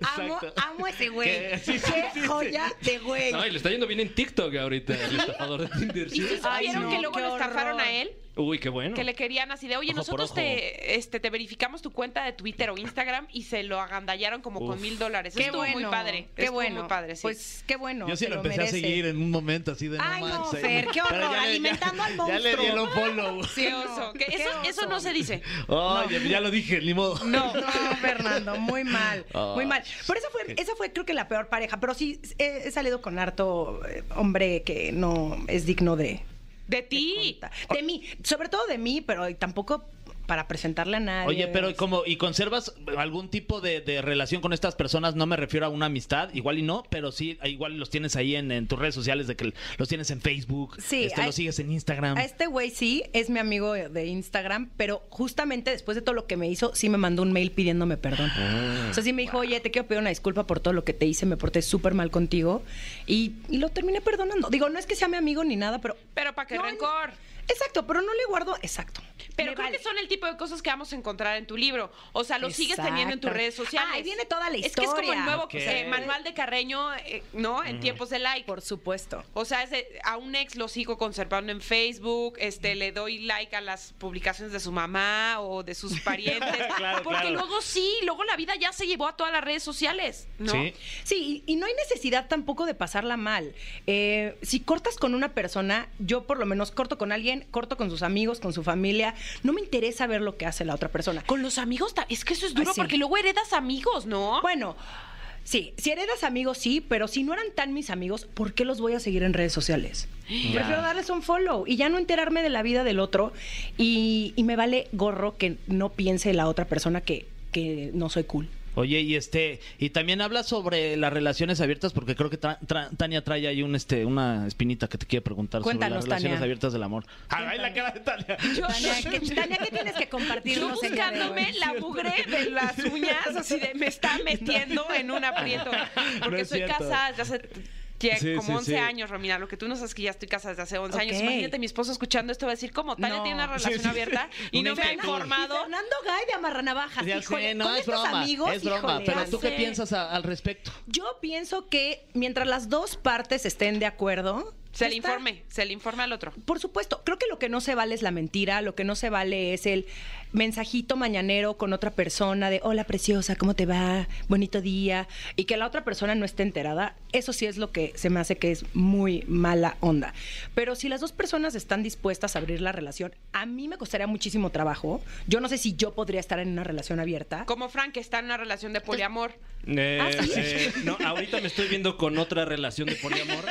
E: Amo,
C: Exacto.
E: amo ese güey.
C: ¿Qué? Sí, sí,
E: Qué
C: sí, sí.
E: joya de güey.
F: No, y le está yendo bien en TikTok ahorita el estafador de Tinder.
A: ¿Y
F: ¿sí?
A: si supieron
E: no,
A: que luego
E: qué
A: lo estafaron a
E: horror.
A: él?
B: Uy, qué bueno.
A: Que le querían así de, oye,
B: Ojo por
A: nosotros
B: ojo.
A: te, este, te verificamos tu cuenta de Twitter o Instagram y se lo agandallaron como con
B: Uf.
A: mil dólares.
E: Qué
A: Estuvo
E: bueno.
A: muy padre.
E: Qué
A: Estuvo
E: bueno.
A: muy padre, sí.
E: Pues qué bueno.
C: Yo sí
E: se
C: lo empecé a
E: merece.
C: seguir en un momento así de.
E: Ay, no,
C: manches.
E: Fer, qué
C: Pero
E: horror,
C: ya le- ya-
E: alimentando al
C: Ya le
E: monstruo.
C: di el unfollow.
A: Qué oso. Que
E: Qué
A: eso, eso
E: oso.
A: no se dice.
C: Oye, ya lo dije, ni modo.
E: No, no, Fernando, muy mal, muy
C: Ay,
E: mal. Pero esa fue, esa fue creo que la peor pareja, pero sí he, he salido con harto eh, hombre que no es digno de,
A: De
E: de
A: ti.
E: contar. de mí, sobre todo de mí, pero tampoco para presentarle a nadie.
C: Oye, pero
E: O
C: ¿y
E: sea,
C: como, ¿y conservas algún tipo de, de relación con estas personas? No me refiero a una amistad, igual y no, pero sí, igual los tienes ahí en, en tus redes sociales, de que los tienes en Facebook,
E: Sí,
C: este,
E: a-
C: los sigues en Instagram.
E: A este güey sí, es mi amigo de Instagram, pero justamente después de todo lo que me hizo, sí me mandó un mail pidiéndome perdón.
C: Ah.
E: o sea, sí me dijo, oye, te quiero pedir una disculpa por todo lo que te hice, me porté súper mal contigo. Y, y lo terminé perdonando. Digo, no es que sea mi amigo ni nada, pero...
A: Pero para qué
E: No,
A: rencor.
E: Exacto, pero no le guardo... Exacto.
A: Pero
E: Me
A: creo
E: vale.
A: que son el tipo de cosas que vamos a encontrar en tu libro. O sea, lo sigues teniendo en tus
E: Exacto.
A: redes sociales.
E: Ah, ahí viene toda la
A: Es que es como el
E: historia.
A: nuevo
E: Ok.
A: eh, manual de Carreño, eh, ¿no? En tiempos de like.
E: Por supuesto.
A: O sea, es de- a un ex lo sigo conservando en Facebook, este, le doy like a las publicaciones de su mamá o de sus parientes.
C: Claro,
A: porque
C: claro.
A: luego sí, luego la vida ya se llevó a todas las redes sociales, ¿no?
C: Sí.
E: Sí, y, y no hay necesidad tampoco de pasarla mal. Eh, si cortas con una persona, yo por lo menos corto con alguien, corto con sus amigos, con su familia. No me interesa ver lo que hace la otra persona.
A: Con los amigos, ta- es que eso es duro
E: Ay, sí.
A: porque luego heredas amigos, ¿no?
E: Bueno, sí, si heredas amigos, sí, pero si no eran tan mis amigos, ¿por qué los voy a seguir en redes sociales? Prefiero darles un follow y ya no enterarme de la vida del otro y, y me vale gorro que no piense la otra persona que, que no soy cool.
C: Oye, y este, y también habla sobre las relaciones abiertas, porque creo que tra- tra- Tania trae ahí un este, una espinita que te quiere preguntar sobre
E: Cuéntanos,
C: las relaciones
E: Tania.
C: abiertas del amor. Ah, ahí la cara de Tania.
E: Tania, ¿qué, Tania, ¿qué tienes que compartir?
A: Yo buscándome la mugre de las uñas, así de me está metiendo en un aprieto. Porque
C: No es
A: soy
C: cierto.
A: casada desde hace ya
C: Sí,
A: como
C: sí,
A: 11
C: sí.
A: años, Romina. Lo que tú no sabes es que ya estoy casada desde hace 11 años.
E: Ok.
A: Imagínate, mi esposo escuchando esto va a decir, ¿cómo? Tania
E: No.
A: tiene una
C: Sí,
A: relación
C: sí.
A: abierta y
C: Una
A: no me ha
C: inquietud.
A: informado.
E: Y Fernando Gay de Amarranavajas.
C: Ya
E: híjole,
C: sé, no,
E: con
C: es
E: estos
C: broma,
E: amigos,
C: es broma.
E: híjole,
C: Pero
E: ya
C: tú qué
E: sé.
C: piensas a- al respecto.
E: Yo pienso que mientras las dos partes estén de acuerdo,
A: Se le
E: está-
A: informe, se le informa al otro.
E: Por supuesto, creo que lo que no se vale es la mentira, lo que no se vale es el mensajito mañanero con otra persona de hola preciosa, ¿cómo te va? Bonito día, y que la otra persona no esté enterada. Eso sí es lo que se me hace que es muy mala onda. Pero si las dos personas están dispuestas a abrir la relación, a mí me costaría muchísimo trabajo. Yo no sé si yo podría estar en una relación abierta.
A: Como Frank que está en una relación de poliamor.
B: Eh,
E: Ah, ¿sí?
B: eh, no, ahorita me estoy viendo con otra relación de poliamor.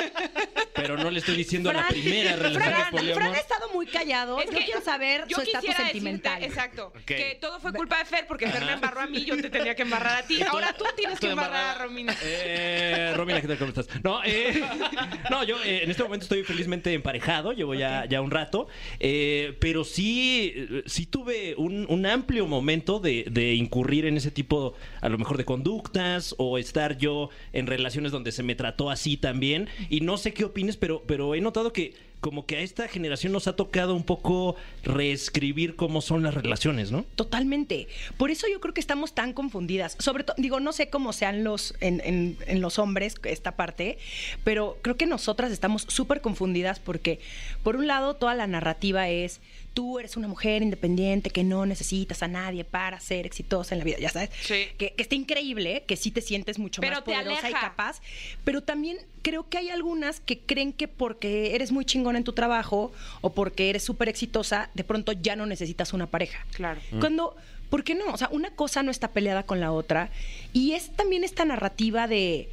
F: Pero no le estoy diciendo la
E: Fran,
F: primera relación
E: Fran,
F: de poliamor.
E: Fran ha estado muy callado.
A: Es
E: yo
A: que
E: quiero saber
A: yo
E: su estatus
A: quisiera decirte,
E: sentimental.
A: exacto,
C: Ok.
A: que todo fue culpa de Fer porque Fer me embarró a mí, yo te tenía que embarrar a ti. Ahora tú tienes que
C: Estoy
A: embarrar a
C: embarrada.
A: Romina.
F: Eh,
B: Eh, Romina, ¿qué tal? ¿Cómo estás? No, eh, no yo eh, en este momento estoy felizmente emparejado, llevo ya, ya un rato, eh, pero sí, eh, sí tuve un, un amplio momento de, de incurrir en ese tipo, a lo mejor, de conductas o estar yo en relaciones donde se me trató así también. Y no sé qué opines, pero, pero he notado que como que a esta generación nos ha tocado un poco reescribir cómo son las relaciones, ¿no?
E: Totalmente. Por eso yo creo que estamos tan confundidas. Sobre todo, digo, no sé cómo sean los en, en- en los hombres esta parte, pero creo que nosotras estamos súper confundidas porque, por un lado, toda la narrativa es tú eres una mujer independiente que no necesitas a nadie para ser exitosa en la vida, ya sabes.
A: Sí.
E: Que, que está increíble, que sí te sientes mucho
A: Pero
E: más
A: te
E: poderosa y
A: aleja.
E: capaz, pero también creo que hay algunas que creen que porque eres muy chingona en tu trabajo o porque eres súper exitosa, de pronto ya no necesitas una pareja.
A: Claro.
E: Cuando, ¿por qué no? O sea, una cosa no está peleada con la otra. Y es también esta narrativa de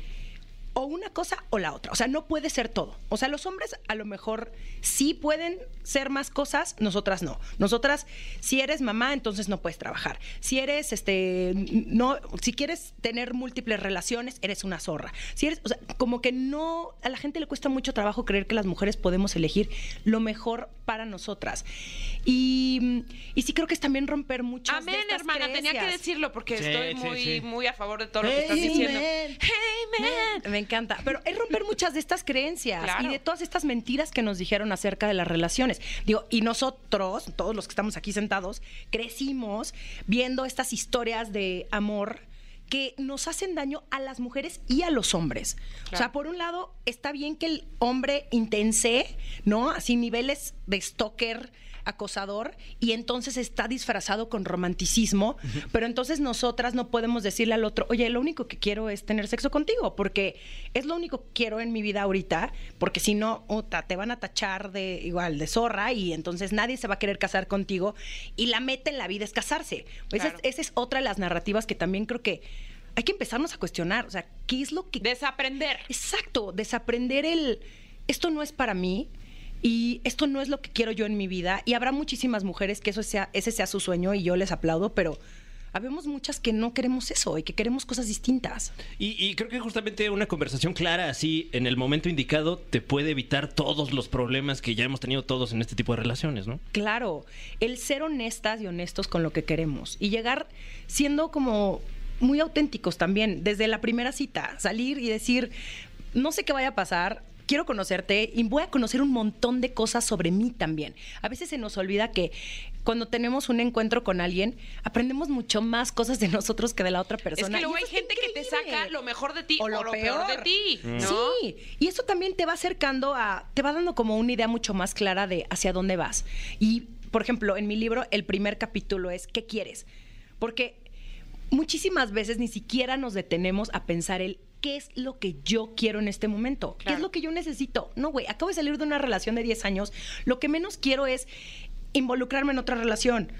E: o una cosa o la otra. O sea, no puede ser todo. O sea, los hombres a lo mejor sí pueden ser más cosas, nosotras no. Nosotras, si eres mamá, entonces no puedes trabajar. Si eres, este, no, si quieres tener múltiples relaciones, eres una zorra. Si eres, o sea, como que no, a la gente le cuesta mucho trabajo creer que las mujeres podemos elegir lo mejor para nosotras. Y, y sí creo que es también romper muchas de
A: Amén,
E: estas
A: hermana, tenía que
E: creencias.
A: decir decirlo porque
C: Sí,
A: estoy
C: sí,
A: muy,
C: sí.
A: muy a favor de todo lo que estás
C: Amen.
A: diciendo. Amen.
E: Me encanta. Pero es romper muchas de estas creencias
A: Claro.
E: y de todas estas mentiras que nos dijeron acerca de las relaciones. Digo, y nosotros, todos los que estamos aquí sentados, crecimos viendo estas historias de amor que nos hacen daño a las mujeres y a los hombres. O sea,
A: Claro.
E: por un lado, está bien que el hombre intense, ¿no? Así niveles de stalker acosador y entonces está disfrazado con romanticismo, pero entonces nosotras no podemos decirle al otro, oye, lo único que quiero es tener sexo contigo, porque es lo único que quiero en mi vida ahorita, porque si no, uta, te van a tachar de igual, de zorra y entonces nadie se va a querer casar contigo y la meta en la vida es casarse. Esa, es-
A: Claro.
E: esa es otra de las narrativas que también creo que hay que empezarnos a cuestionar, o sea, ¿qué es lo que
A: Desaprender.
E: Exacto, desaprender el esto no es para mí y esto no es lo que quiero yo en mi vida. Y habrá muchísimas mujeres que eso sea, ese sea su sueño y yo les aplaudo, pero habemos muchas que no queremos eso y que queremos cosas distintas.
B: Y, y creo que justamente una conversación clara así en el momento indicado te puede evitar todos los problemas que ya hemos tenido todos en este tipo de relaciones, ¿no?
E: Claro, el ser honestas y honestos con lo que queremos y llegar siendo como muy auténticos también, desde la primera cita, salir y decir, no sé qué vaya a pasar. Quiero conocerte y voy a conocer un montón de cosas sobre mí también. A veces se nos olvida que cuando tenemos un encuentro con alguien, aprendemos mucho más cosas de nosotros que de la otra persona.
A: Es que luego
E: Y
A: hay
E: eso está
A: gente que te
E: increíble.
A: saca lo mejor de ti o lo, peor. de ti.
C: Mm.
A: ¿no?
E: Sí, y eso también te va acercando a, te va dando como una idea mucho más clara de hacia dónde vas. Y, por ejemplo, en mi libro, el primer capítulo es ¿qué quieres? Porque muchísimas veces ni siquiera nos detenemos a pensar el qué es lo que yo quiero en este momento, qué es
A: Claro.
E: lo que yo necesito. No, güey, acabo de salir de una relación de 10 años, lo que menos quiero es involucrarme en otra relación.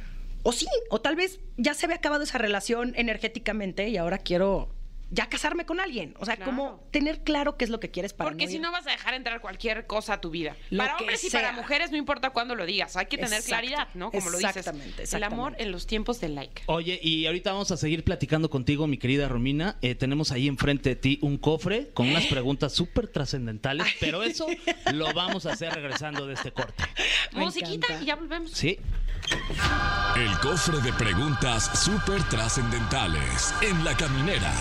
E: O sí, o tal vez ya se había acabado esa relación energéticamente y ahora quiero ya casarme con alguien. O sea,
A: Claro.
E: Ah, como tener claro qué es lo que quieres para
A: Porque
E: no
A: si
E: ir-
A: no vas a dejar entrar cualquier cosa a tu vida.
E: Lo
A: para
E: que
A: hombres y
E: sea.
A: para mujeres, no importa cuándo lo digas. Hay que tener
E: Exacto.
A: claridad, ¿no? Como lo dices.
E: Exactamente,
A: El amor
E: exactamente.
A: en los tiempos del like.
C: Oye, y ahorita vamos a seguir platicando contigo, mi querida Romina. Eh, tenemos ahí enfrente de ti un cofre con unas preguntas súper trascendentales, pero eso lo vamos a hacer regresando de este corte.
E: Me
A: Musiquita
E: encanta.
A: y ya volvemos.
C: ¿Sí?
G: El cofre de preguntas súper trascendentales en La Caminera.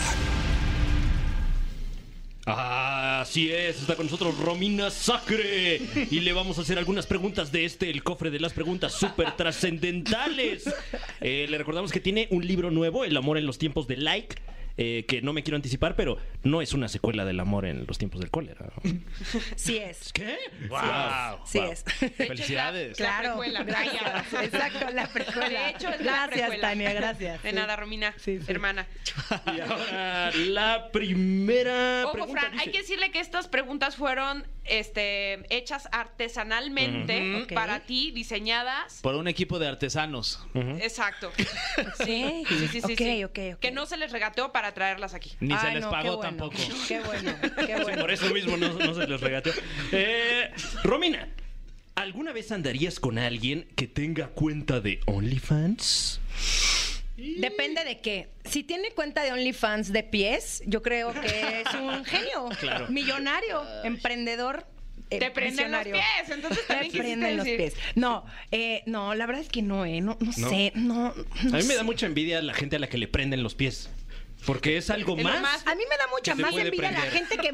B: Así es, está con nosotros Romina Sacre y le vamos a hacer algunas preguntas de este, el cofre de las preguntas súper trascendentales. Eh, le recordamos que tiene un libro nuevo, El amor en los tiempos de like. eh, que no me quiero anticipar, pero no es una secuela del amor en los tiempos del cólera.
E: Sí es.
B: ¿Qué?
C: ¡Wow!
E: Sí es.
C: Felicidades.
A: La
E: Claro.
A: precuela, vaya.
E: Gracias. Exacto, la precuela.
A: De hecho, es la
E: Gracias,
A: precuela.
E: Tania, gracias.
A: De
E: Sí.
A: nada, Romina,
E: Sí, sí.
A: hermana.
B: Y ahora la primera
A: Ojo,
B: pregunta
A: Fran, hay
B: dice-
A: que decirle que estas preguntas fueron este, hechas artesanalmente
E: Ujú. Ok.
A: para ti, diseñadas.
C: Por un equipo de artesanos.
A: Exacto.
E: Ok,
A: Sí, sí, sí, sí,
E: ok,
A: sí.
E: ok, ok.
A: Que no se les regateó para para traerlas aquí.
C: Ni se
E: Ay,
C: les
E: no, qué
C: pagó
E: bueno,
C: tampoco.
E: Qué bueno, qué
B: Sí,
E: bueno.
B: por eso mismo no, no se les regateó. Eh, Romina, ¿alguna vez andarías con alguien que tenga cuenta de OnlyFans?
E: Depende de qué. Si tiene cuenta de OnlyFans de pies, yo creo que es un genio.
B: Claro.
E: Millonario, emprendedor. eh,
A: Te prenden los
E: visionario.
A: pies, entonces
E: Te
A: también quisiste
E: prenden los
A: decir-
E: pies. No, eh, no, la verdad es que no, eh, no, no
B: ¿No?
E: sé, no. no
B: A mí me da
E: sé.
B: mucha envidia la gente a la que le prenden los pies. Porque es algo
A: Es lo
B: más.
A: más-
E: A mí me da mucha
B: Que se
E: más
B: puede
E: envidia la
B: prender.
E: gente que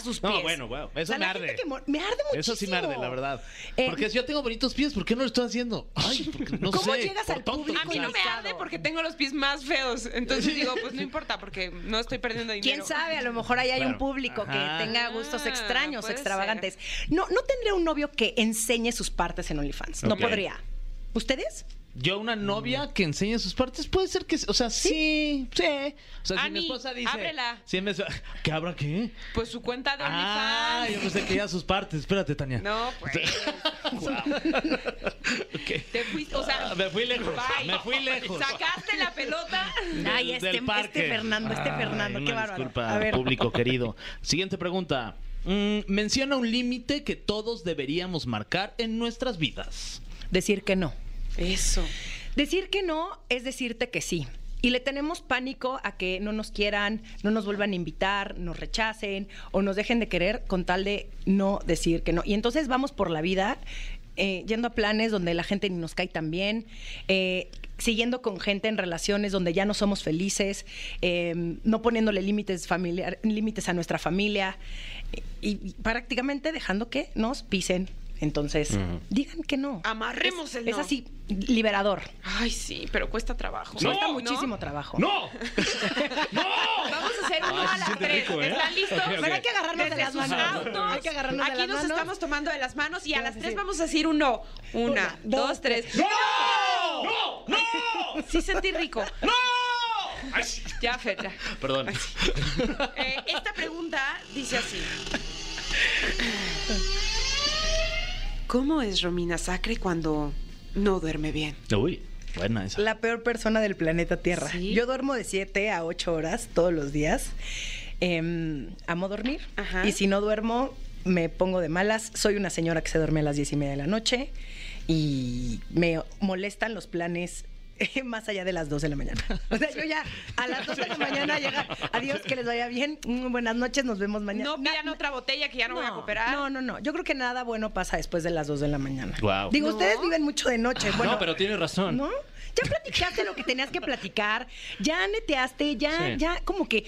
E: sus pies.
B: No, bueno, wow.
E: O sea,
C: Eso me
E: la gente
C: arde.
E: que mo- me arde muchísimo.
C: Eso sí me arde, la verdad.
E: Eh,
C: porque si yo tengo bonitos pies, ¿por qué no lo estoy haciendo? Ay, porque no
E: ¿Cómo
C: sé.
E: llegas
C: por
E: al
C: tonto,
E: público?
A: A mí no me arde porque tengo los pies más feos. Entonces digo, pues no importa porque no estoy perdiendo dinero.
E: ¿Quién sabe? A lo mejor ahí hay
C: Claro.
E: un público
C: Ajá.
E: que tenga gustos
A: Ah,
E: extraños,
A: puede
E: extravagantes. No, no tendría un novio que enseñe sus partes en OnlyFans. No
C: Ok.
E: podría. ¿Ustedes?
C: Yo una novia que enseña sus partes, puede ser que, o sea, sí, sí. O sea, si
A: Ani,
C: mi esposa dice,
A: ábrela.
C: si mi esposa- ¿que abra qué?
A: Pues su cuenta de
C: Ah, yo
A: OnlyFans.
C: pensé que ya sus partes. Espérate, Tania.
A: No, pues.
C: Ok.
A: Te fuiste, o sea,
C: Ah, me fui lejos,
A: bye.
C: me fui lejos.
A: Sacaste la pelota.
E: Ay,
C: Del-
E: este,
C: del parque.
E: este Fernando, este
C: Ay,
E: Fernando,
C: una
E: qué bárbaro.
C: Disculpa,
E: A ver.
C: público querido. Siguiente pregunta. Mm, menciona un límite que todos deberíamos marcar en nuestras vidas.
E: Decir que no.
A: Eso.
E: Decir que no es decirte que sí. Y le tenemos pánico a que no nos quieran, no nos vuelvan a invitar, nos rechacen o nos dejen de querer con tal de no decir que no. Y entonces vamos por la vida eh, yendo a planes donde la gente ni nos cae tan bien, eh, siguiendo con gente en relaciones donde ya no somos felices, eh, no poniéndole límites familiar, límites a nuestra familia y, y prácticamente dejando que nos pisen. Entonces, digan que no.
A: Amarremos
E: Es-
A: el
E: Es
A: no.
E: así, liberador.
A: Ay, sí, pero cuesta trabajo.
B: No,
E: Cuesta
B: ¿no?
E: muchísimo trabajo.
B: ¡No!
A: Vamos a hacer uno a
B: Ah, se
A: las
B: siente
A: tres.
B: rico, ¿eh?
A: ¿Están listos?
B: Ok, ok.
E: Pero hay que agarrarnos de
A: Desde
E: las
A: sus
E: manos.
A: autos.
E: Hay que agarrarnos de
A: Aquí
E: las
A: nos
E: manos.
A: estamos tomando de las manos y a las
E: Sí,
A: tres
E: sí.
A: vamos a decir uno. Una, dos, tres. ¡No!
B: ¡No! ¡No!
A: Sí sentí rico.
B: ¡No! Ay, sí.
A: Ya, Fer, ya.
C: Perdón.
A: Eh, esta pregunta dice así. ¿Cómo es Romina Sacre cuando no duerme bien?
C: Uy, buena esa.
E: La peor persona del planeta Tierra.
A: Sí.
E: Yo duermo de 7 a 8 horas todos los días. Eh, amo dormir.
A: Ajá.
E: Y si no duermo, me pongo de malas. Soy una señora que se duerme a las 10 y media de la noche y me molestan los planes. eh, Más allá de las 2 de la mañana. O sea, yo ya a las 2 de la mañana llega. Adiós, que les vaya bien. Mm, Buenas noches, nos vemos mañana.
A: No
E: Na-
A: pidan otra botella que ya no, voy a cooperar.
E: No, no, no. Yo creo que nada bueno pasa después de las 2 de la mañana.
C: Guau.
E: Digo,
A: No.
E: ustedes viven mucho de noche. Bueno,
F: no, pero tienes razón.
E: ¿No? Ya platicaste lo que tenías que platicar, ya neteaste, ya,
F: Sí.
E: ya como que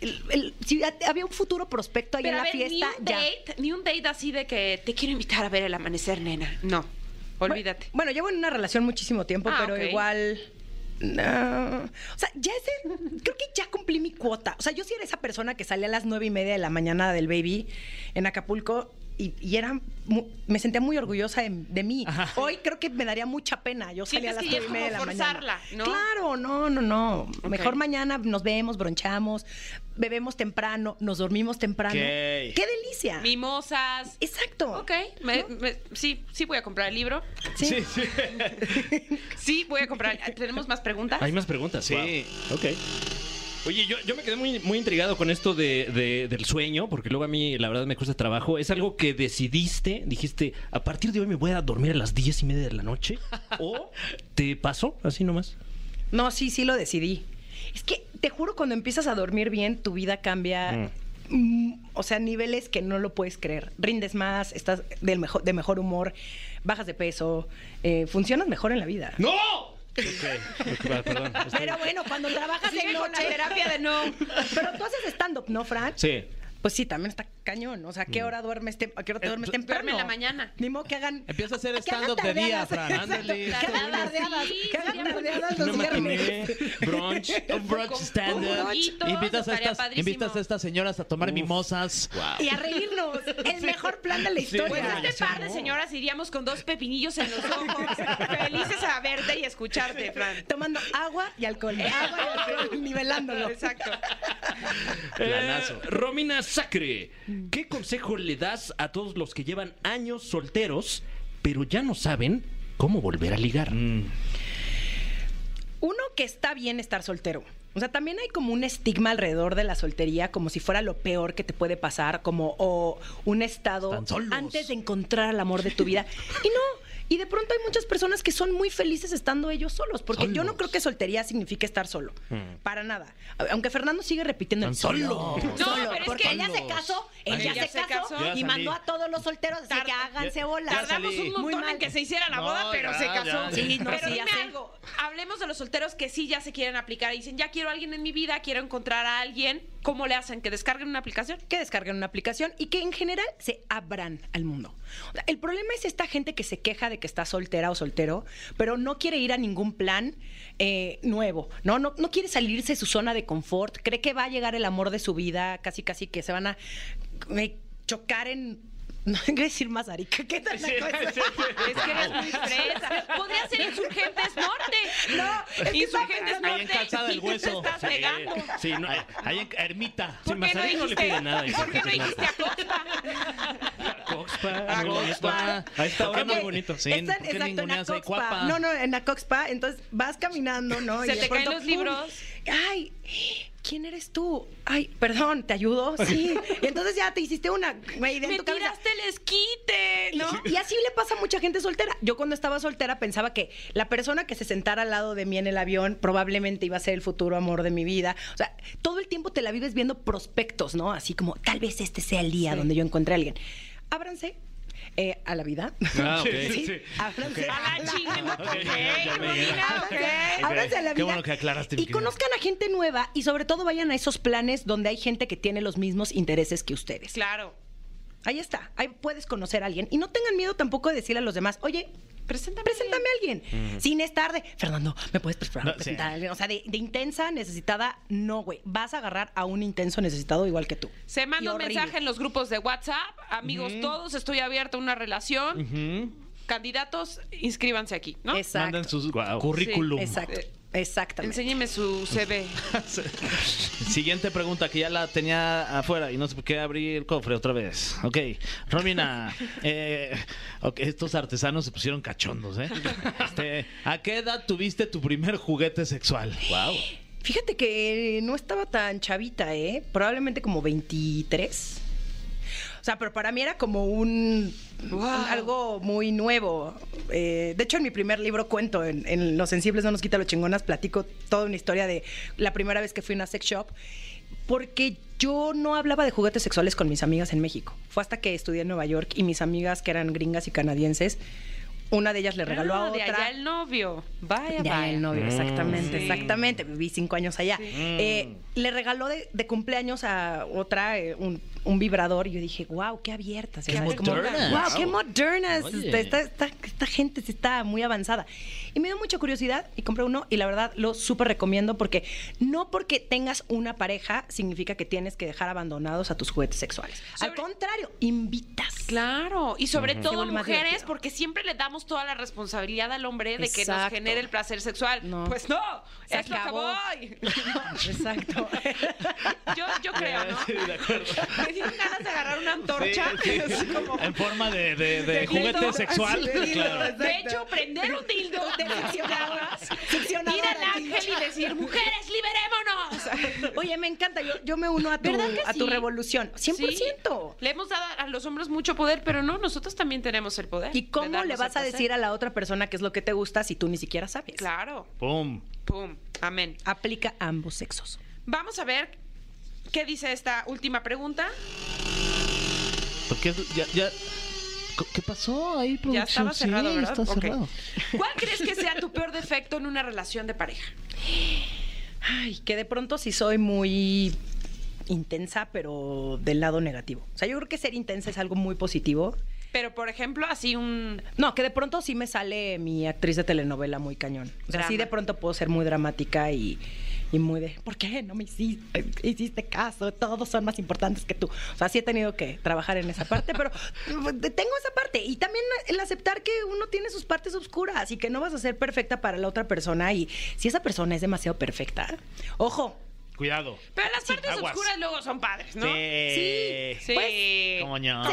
E: el- el- si ya te- había un futuro prospecto ahí
A: Pero
E: en
A: a
E: la
A: ver,
E: fiesta,
A: ni un
E: ya.
A: date, ni un date así de que te quiero invitar a ver el amanecer, nena. No, olvídate.
E: Bueno, llevo en una relación muchísimo tiempo,
A: Ah,
E: pero
A: ok.
E: igual. no. O sea, ya ese. Creo que ya cumplí mi cuota. O sea, yo sí era esa persona que salía a las nueve y media de la mañana del baby en Acapulco. Y, y era mu- me sentía muy orgullosa de, de mí. Hoy creo que me daría mucha pena. Yo salía a las
A: Sientes que ya pues es
E: nueve y media de la
A: como
E: mañana.
A: forzarla, ¿no?
E: Claro, no, no, no.
A: Ok.
E: Mejor mañana nos vemos, bronchamos, bebemos temprano, nos dormimos temprano.
C: Ok.
E: ¡Qué delicia!
A: Mimosas.
E: Exacto.
A: Ok, me- me- sí, sí voy a comprar el libro.
E: Sí.
A: Sí, voy a comprar. ¿Tenemos más preguntas?
B: Hay más preguntas.
C: Sí.
B: Wow. Ok. Oye, yo, yo me quedé muy, muy intrigado con esto de, de- del sueño, porque luego a mí la verdad me cuesta trabajo. ¿Es algo que decidiste? Dijiste, a partir de hoy me voy a dormir a las diez y media de la noche. ¿O te pasó así nomás?
E: No, sí, sí lo decidí. Es que te juro, cuando empiezas a dormir bien, tu vida cambia. mm, O sea, niveles que no lo puedes creer. Rindes más, estás del mejor, de mejor humor, bajas de peso, eh, funcionas mejor en la vida.
B: ¡No! Ok, va, perdón.
E: Pero bueno, cuando trabajas
A: Sigue
E: en
A: con la terapia de no.
E: Pero tú haces stand-up, ¿no, Fran?
B: Sí.
E: Pues sí, también está cañón. O sea, ¿qué
C: Mm.
E: hora duermes, tem- a qué hora te duermes temprano?
A: duerme en la mañana.
E: Ni modo que hagan.
C: Eh, pues, Empieza a hacer
E: que hagan
C: stand-up de día,
E: tardeadas.
C: Fran,
E: Exacto,
C: ándale.
E: Que
A: Claro,
E: hagan tardeadas.
A: sí,
E: Que hagan
A: sí,
E: tardeadas
B: Una
E: los viernes.
B: matiné,
E: este.
B: brunch.
C: Un brunch stand
A: un brunch,
C: Invitas a,
A: estaría
C: estas,
A: padrísimo.
C: invitas a estas señoras a tomar
B: Uf.
C: mimosas.
B: Eh,
E: y a reírnos. El mejor plan de la
A: Pues
E: historia.
A: este par de señoras iríamos con dos pepinillos en los ojos, felices a verte y escucharte, Fran.
E: Tomando agua y alcohol. Agua y alcohol, nivelándolo.
A: Exacto.
B: Eh, Romina Sacre, ¿qué consejo le das a todos los que llevan años
C: Mm.
B: solteros, pero ya no saben cómo volver a ligar?
E: Uno, que está bien estar soltero. O sea, también hay como un estigma alrededor de la soltería, como si fuera lo peor que te puede pasar, como o un estado
C: Están solos.
E: antes de encontrar el amor de tu vida. Y no, y de pronto hay muchas personas que son muy felices estando ellos solos, porque yo no creo que soltería signifique estar solo, para nada. Aunque Fernando sigue repitiendo el
C: Están
E: solo.
C: solos.
E: solo,
A: No, pero es
E: porque
A: que-
E: ella se casó, ella,
A: Ella
E: se, casó,
A: Yo
E: y
C: salí.
E: mandó a todos los solteros así que háganse bolas.
A: Tardamos un montón en que se hiciera la
C: No,
A: boda, pero
C: ya,
A: se casó.
C: ya, ya.
E: Sí, no,
A: pero
E: sí, ya
A: dime
E: sé.
A: algo. Hablemos de los solteros que sí ya se quieren aplicar y dicen, ya quiero a alguien en mi vida, quiero encontrar a alguien. ¿Cómo le hacen? ¿Que descarguen una aplicación?
E: que descarguen una aplicación y que en general se abran al mundo. O sea, El problema es esta gente que se queja de que está soltera o soltero, pero no quiere ir a ningún plan eh, nuevo, ¿no? ¿no? No quiere salirse de su zona de confort, cree que va a llegar el amor de su vida, casi casi que se van a eh, chocar en... No quiero decir más arica, ¿qué tal la cosa?
A: Es que eres muy fresa. Podría ser Insurgentes Norte.
E: No, es que
A: Insurgentes
E: estaba
A: Norte.
C: Ahí en calzada
A: y
C: del
A: tú te
C: hueso.
A: estás
C: Sí,
A: negando.
C: Sí, no,
B: eh,
C: ahí- ahí en ermita.
A: ¿Por qué no
B: Mazarik no le pide
A: dijiste,
B: nada,
A: ¿por qué no
B: Insurgentes
A: dijiste a Costa?
C: Coxpa.
E: no, Coxpa.
C: A esta hora
E: Porque
C: Ah, muy bonito. Sí,
E: están-
C: ¿por qué
E: exacto, en
C: ninguneas eh, ahí,
E: Acoxpa.
C: cuapa?
E: No, no, en Acoxpa. Entonces vas caminando, ¿no?
A: Se
E: de
A: te caen los
E: ¡pum!
A: libros.
E: Ay, ¿quién eres tú? Ay, perdón, ¿te ayudo? Sí. Y entonces ya te hiciste una, güey, de
A: Me
E: tu cabeza.
A: tiraste el esquite,
E: ¿no?
A: ¿no?
E: Y así le pasa a mucha gente soltera. Yo cuando estaba soltera pensaba que la persona que se sentara al lado de mí en el avión probablemente iba a ser el futuro amor de mi vida. O sea, todo el tiempo te la vives viendo prospectos, ¿no? Así como tal vez este sea el día donde yo encuentre a alguien. Ábranse eh, a la vida.
F: Ah, ok.
E: Sí,
F: Sí, sí.
E: Ábranse
A: A la chingada, ok,
C: ya me llega.
A: Romina, ok.
E: Ábranse a la
C: Qué
E: vida.
C: bueno que aclaraste, mi
E: Y
C: querida.
E: conozcan a gente nueva y sobre todo vayan a esos planes donde hay gente que tiene los mismos intereses que ustedes.
A: pues Claro.
E: Ahí está, ahí puedes conocer a alguien. Y no tengan miedo tampoco de decirle a los demás, oye, preséntame, a alguien. Sin estar de, Fernando, ¿me puedes pre-
C: No,
E: presentar
C: sí.
E: a alguien? O sea, de, de intensa, necesitada, no, güey. Vas a agarrar a un intenso necesitado igual que tú.
A: Se manda
E: Y
A: un
E: horrible.
A: mensaje en los grupos de WhatsApp. Amigos, todos, estoy abierta a una relación. Candidatos, inscríbanse aquí, ¿no?
E: Exacto.
C: Mandan sus guau.
A: Currículum.
E: Exacto. Exactamente.
A: Enséñeme su CV.
C: Siguiente pregunta que ya la tenía afuera y no sé por qué abrí el cofre otra vez. Ok, Romina, eh, ok, estos artesanos se pusieron cachondos, ¿eh? Este, ¿A qué edad tuviste tu primer juguete sexual? Wow.
E: Fíjate que no estaba tan chavita, ¿eh? Probablemente como 23. O sea, pero para mí era como un,
A: Wow.
E: un- algo muy nuevo. Eh, de hecho, en mi primer libro cuento, en, en Los Sensibles no nos quita los chingonas, platico toda una historia de la primera vez que fui a una sex shop, porque yo no hablaba de juguetes sexuales con mis amigas en México. Fue hasta que estudié en Nueva York y mis amigas que eran gringas y canadienses, una de ellas le regaló
A: Ah,
E: a otra.
A: De allá el novio. Vaya,
E: Ya,
A: vaya.
E: el novio, exactamente,
A: Mm, Sí. Mm.
E: exactamente. Viví cinco años allá. Eh, le regaló de, de cumpleaños a otra eh, un, un vibrador y yo dije, wow, qué abiertas.
A: Qué modernas.
E: wow, qué modernas.
C: Oye.
E: Esta, esta- esta- esta gente sí está muy avanzada. Y me dio mucha curiosidad y compré uno y la verdad lo súper recomiendo porque no porque tengas una pareja significa que tienes que dejar abandonados a tus juguetes sexuales. Al
A: Sobre-
E: contrario, invitas.
A: Claro, y sobre todo
E: vuelve más
A: mujeres,
E: divertido.
A: porque siempre le damos toda la responsabilidad al hombre de que nos
E: Exacto.
A: genere el placer sexual.
E: No.
A: Pues no,
E: Se
A: es lo que
E: acabó.
A: voy.
E: Exacto.
A: Yo, yo creo, ¿no?
C: Sí, de acuerdo.
A: Me dieron ganas de agarrar una antorcha.
C: Sí, sí.
A: así como-
C: En forma de, de- de
A: De
C: juguete
A: dildo.
C: sexual.
E: Así de dildo.
C: Claro.
A: De hecho, prender un dildo de seccionadoras,
E: Seccionadora,
A: ir al
E: sí.
A: ángel y decir, mujeres, liberémonos.
E: Oye, me encanta. Yo, yo me uno a tu,
A: ¿Verdad que
E: a tu
A: sí?
E: revolución. 100%.
A: Sí. Le hemos dado a los hombres mucho poder, pero no, nosotros también tenemos el poder.
E: ¿Y
A: de
E: cómo
A: darnos
E: le
A: el
E: vas a
A: placer.
E: decir a la otra persona qué es lo que te gusta si tú ni siquiera sabes?
A: Claro.
C: Pum.
A: Pum. Amén.
E: Aplica a ambos sexos.
A: Vamos a ver qué dice esta última pregunta.
C: ¿Por qué ya, ya- ¿Qué pasó ahí, producción?
A: Ya estaba
C: Sí,
A: cerrado, ¿verdad?
C: está
A: Ok.
C: cerrado.
A: ¿Cuál crees que sea tu peor defecto en una relación de pareja?
E: Ay, que de pronto sí soy muy intensa, pero del lado negativo. O sea, yo creo que ser intensa es algo muy positivo.
A: Pero, por ejemplo, así un...
E: No, que de pronto sí me sale mi actriz de telenovela muy cañón. O sea,
A: Drama.
E: sí de pronto puedo ser muy dramática y, y muy de, ¿por qué no me hiciste, hiciste caso? Todos son más importantes que tú. O sea, sí he tenido que trabajar en esa parte, pero tengo esa parte. Y también el aceptar que uno tiene sus partes oscuras y que no vas a ser perfecta para la otra persona. Y si esa persona es demasiado perfecta, ojo,
C: Cuidado.
A: Pero las
C: Sí,
A: partes
C: aguas.
A: oscuras luego son padres, ¿no?
C: Sí.
A: Sí.
E: Pues,
C: ¿Cómo no?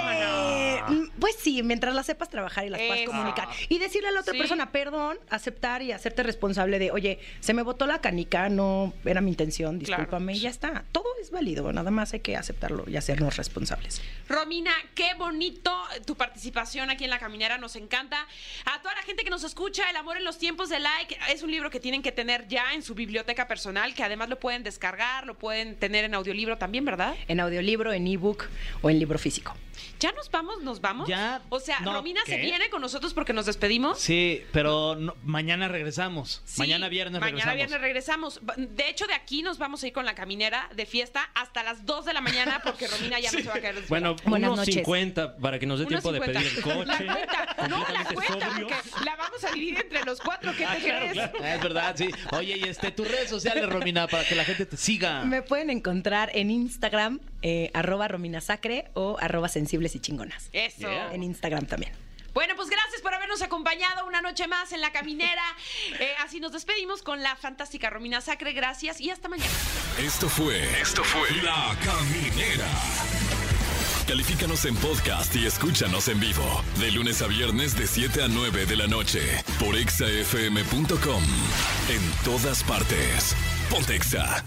E: Sí, mm, Pues sí, mientras las sepas trabajar y las puedas
A: Eso.
E: comunicar. Y decirle a la otra
A: Sí.
E: persona, perdón, aceptar y hacerte responsable de, oye, se me botó la canica, no era mi intención,
A: Claro.
E: discúlpame, y ya está. Todo es válido, nada más hay que aceptarlo y hacernos responsables.
A: Romina, qué bonito tu participación aquí en La Caminera, nos encanta. A toda la gente que nos escucha, El amor en los tiempos de like es un libro que tienen que tener ya en su biblioteca personal, que además lo pueden descargar, lo pueden tener en audiolibro también, ¿verdad?
E: En audiolibro, en ebook o en libro físico.
A: Ya nos vamos, nos vamos.
C: Ya,
A: O sea,
C: no,
A: Romina se
C: ¿qué?
A: viene con nosotros porque nos despedimos.
C: Sí, pero no- mañana regresamos.
A: Sí,
C: mañana viernes
A: Mañana
C: regresamos.
A: viernes regresamos. Va- De hecho, de aquí nos vamos a ir con la caminera de fiesta hasta las 2 de la mañana porque Romina ya no se va a caer. desvelada.
F: Bueno,
E: Buenas
F: unos
E: noches.
F: 50 para que nos dé
A: Unos
F: tiempo de
A: 50.
F: pedir el coche.
A: La cuenta, no, la
F: completamente
A: cuenta,
F: sobrios.
A: porque la vamos a dividir entre los cuatro que te crees.
C: Ah, Es verdad, sí. Oye, y este, tus redes sociales, Romina, para que la gente te siga.
E: Me pueden encontrar en Instagram, eh, arroba rominasacre o arroba sensibles y chingonas.
A: Eso.
E: En Instagram también.
A: Bueno, pues gracias por habernos acompañado una noche más en La Caminera. Eh, así nos despedimos con la fantástica Romina Sacre. Gracias y hasta mañana.
G: Esto fue. Esto fue. La Caminera. Califícanos en podcast y escúchanos en vivo. De lunes a viernes de 7 a 9 de la noche. Por exafm.com. En todas partes. Pontexa.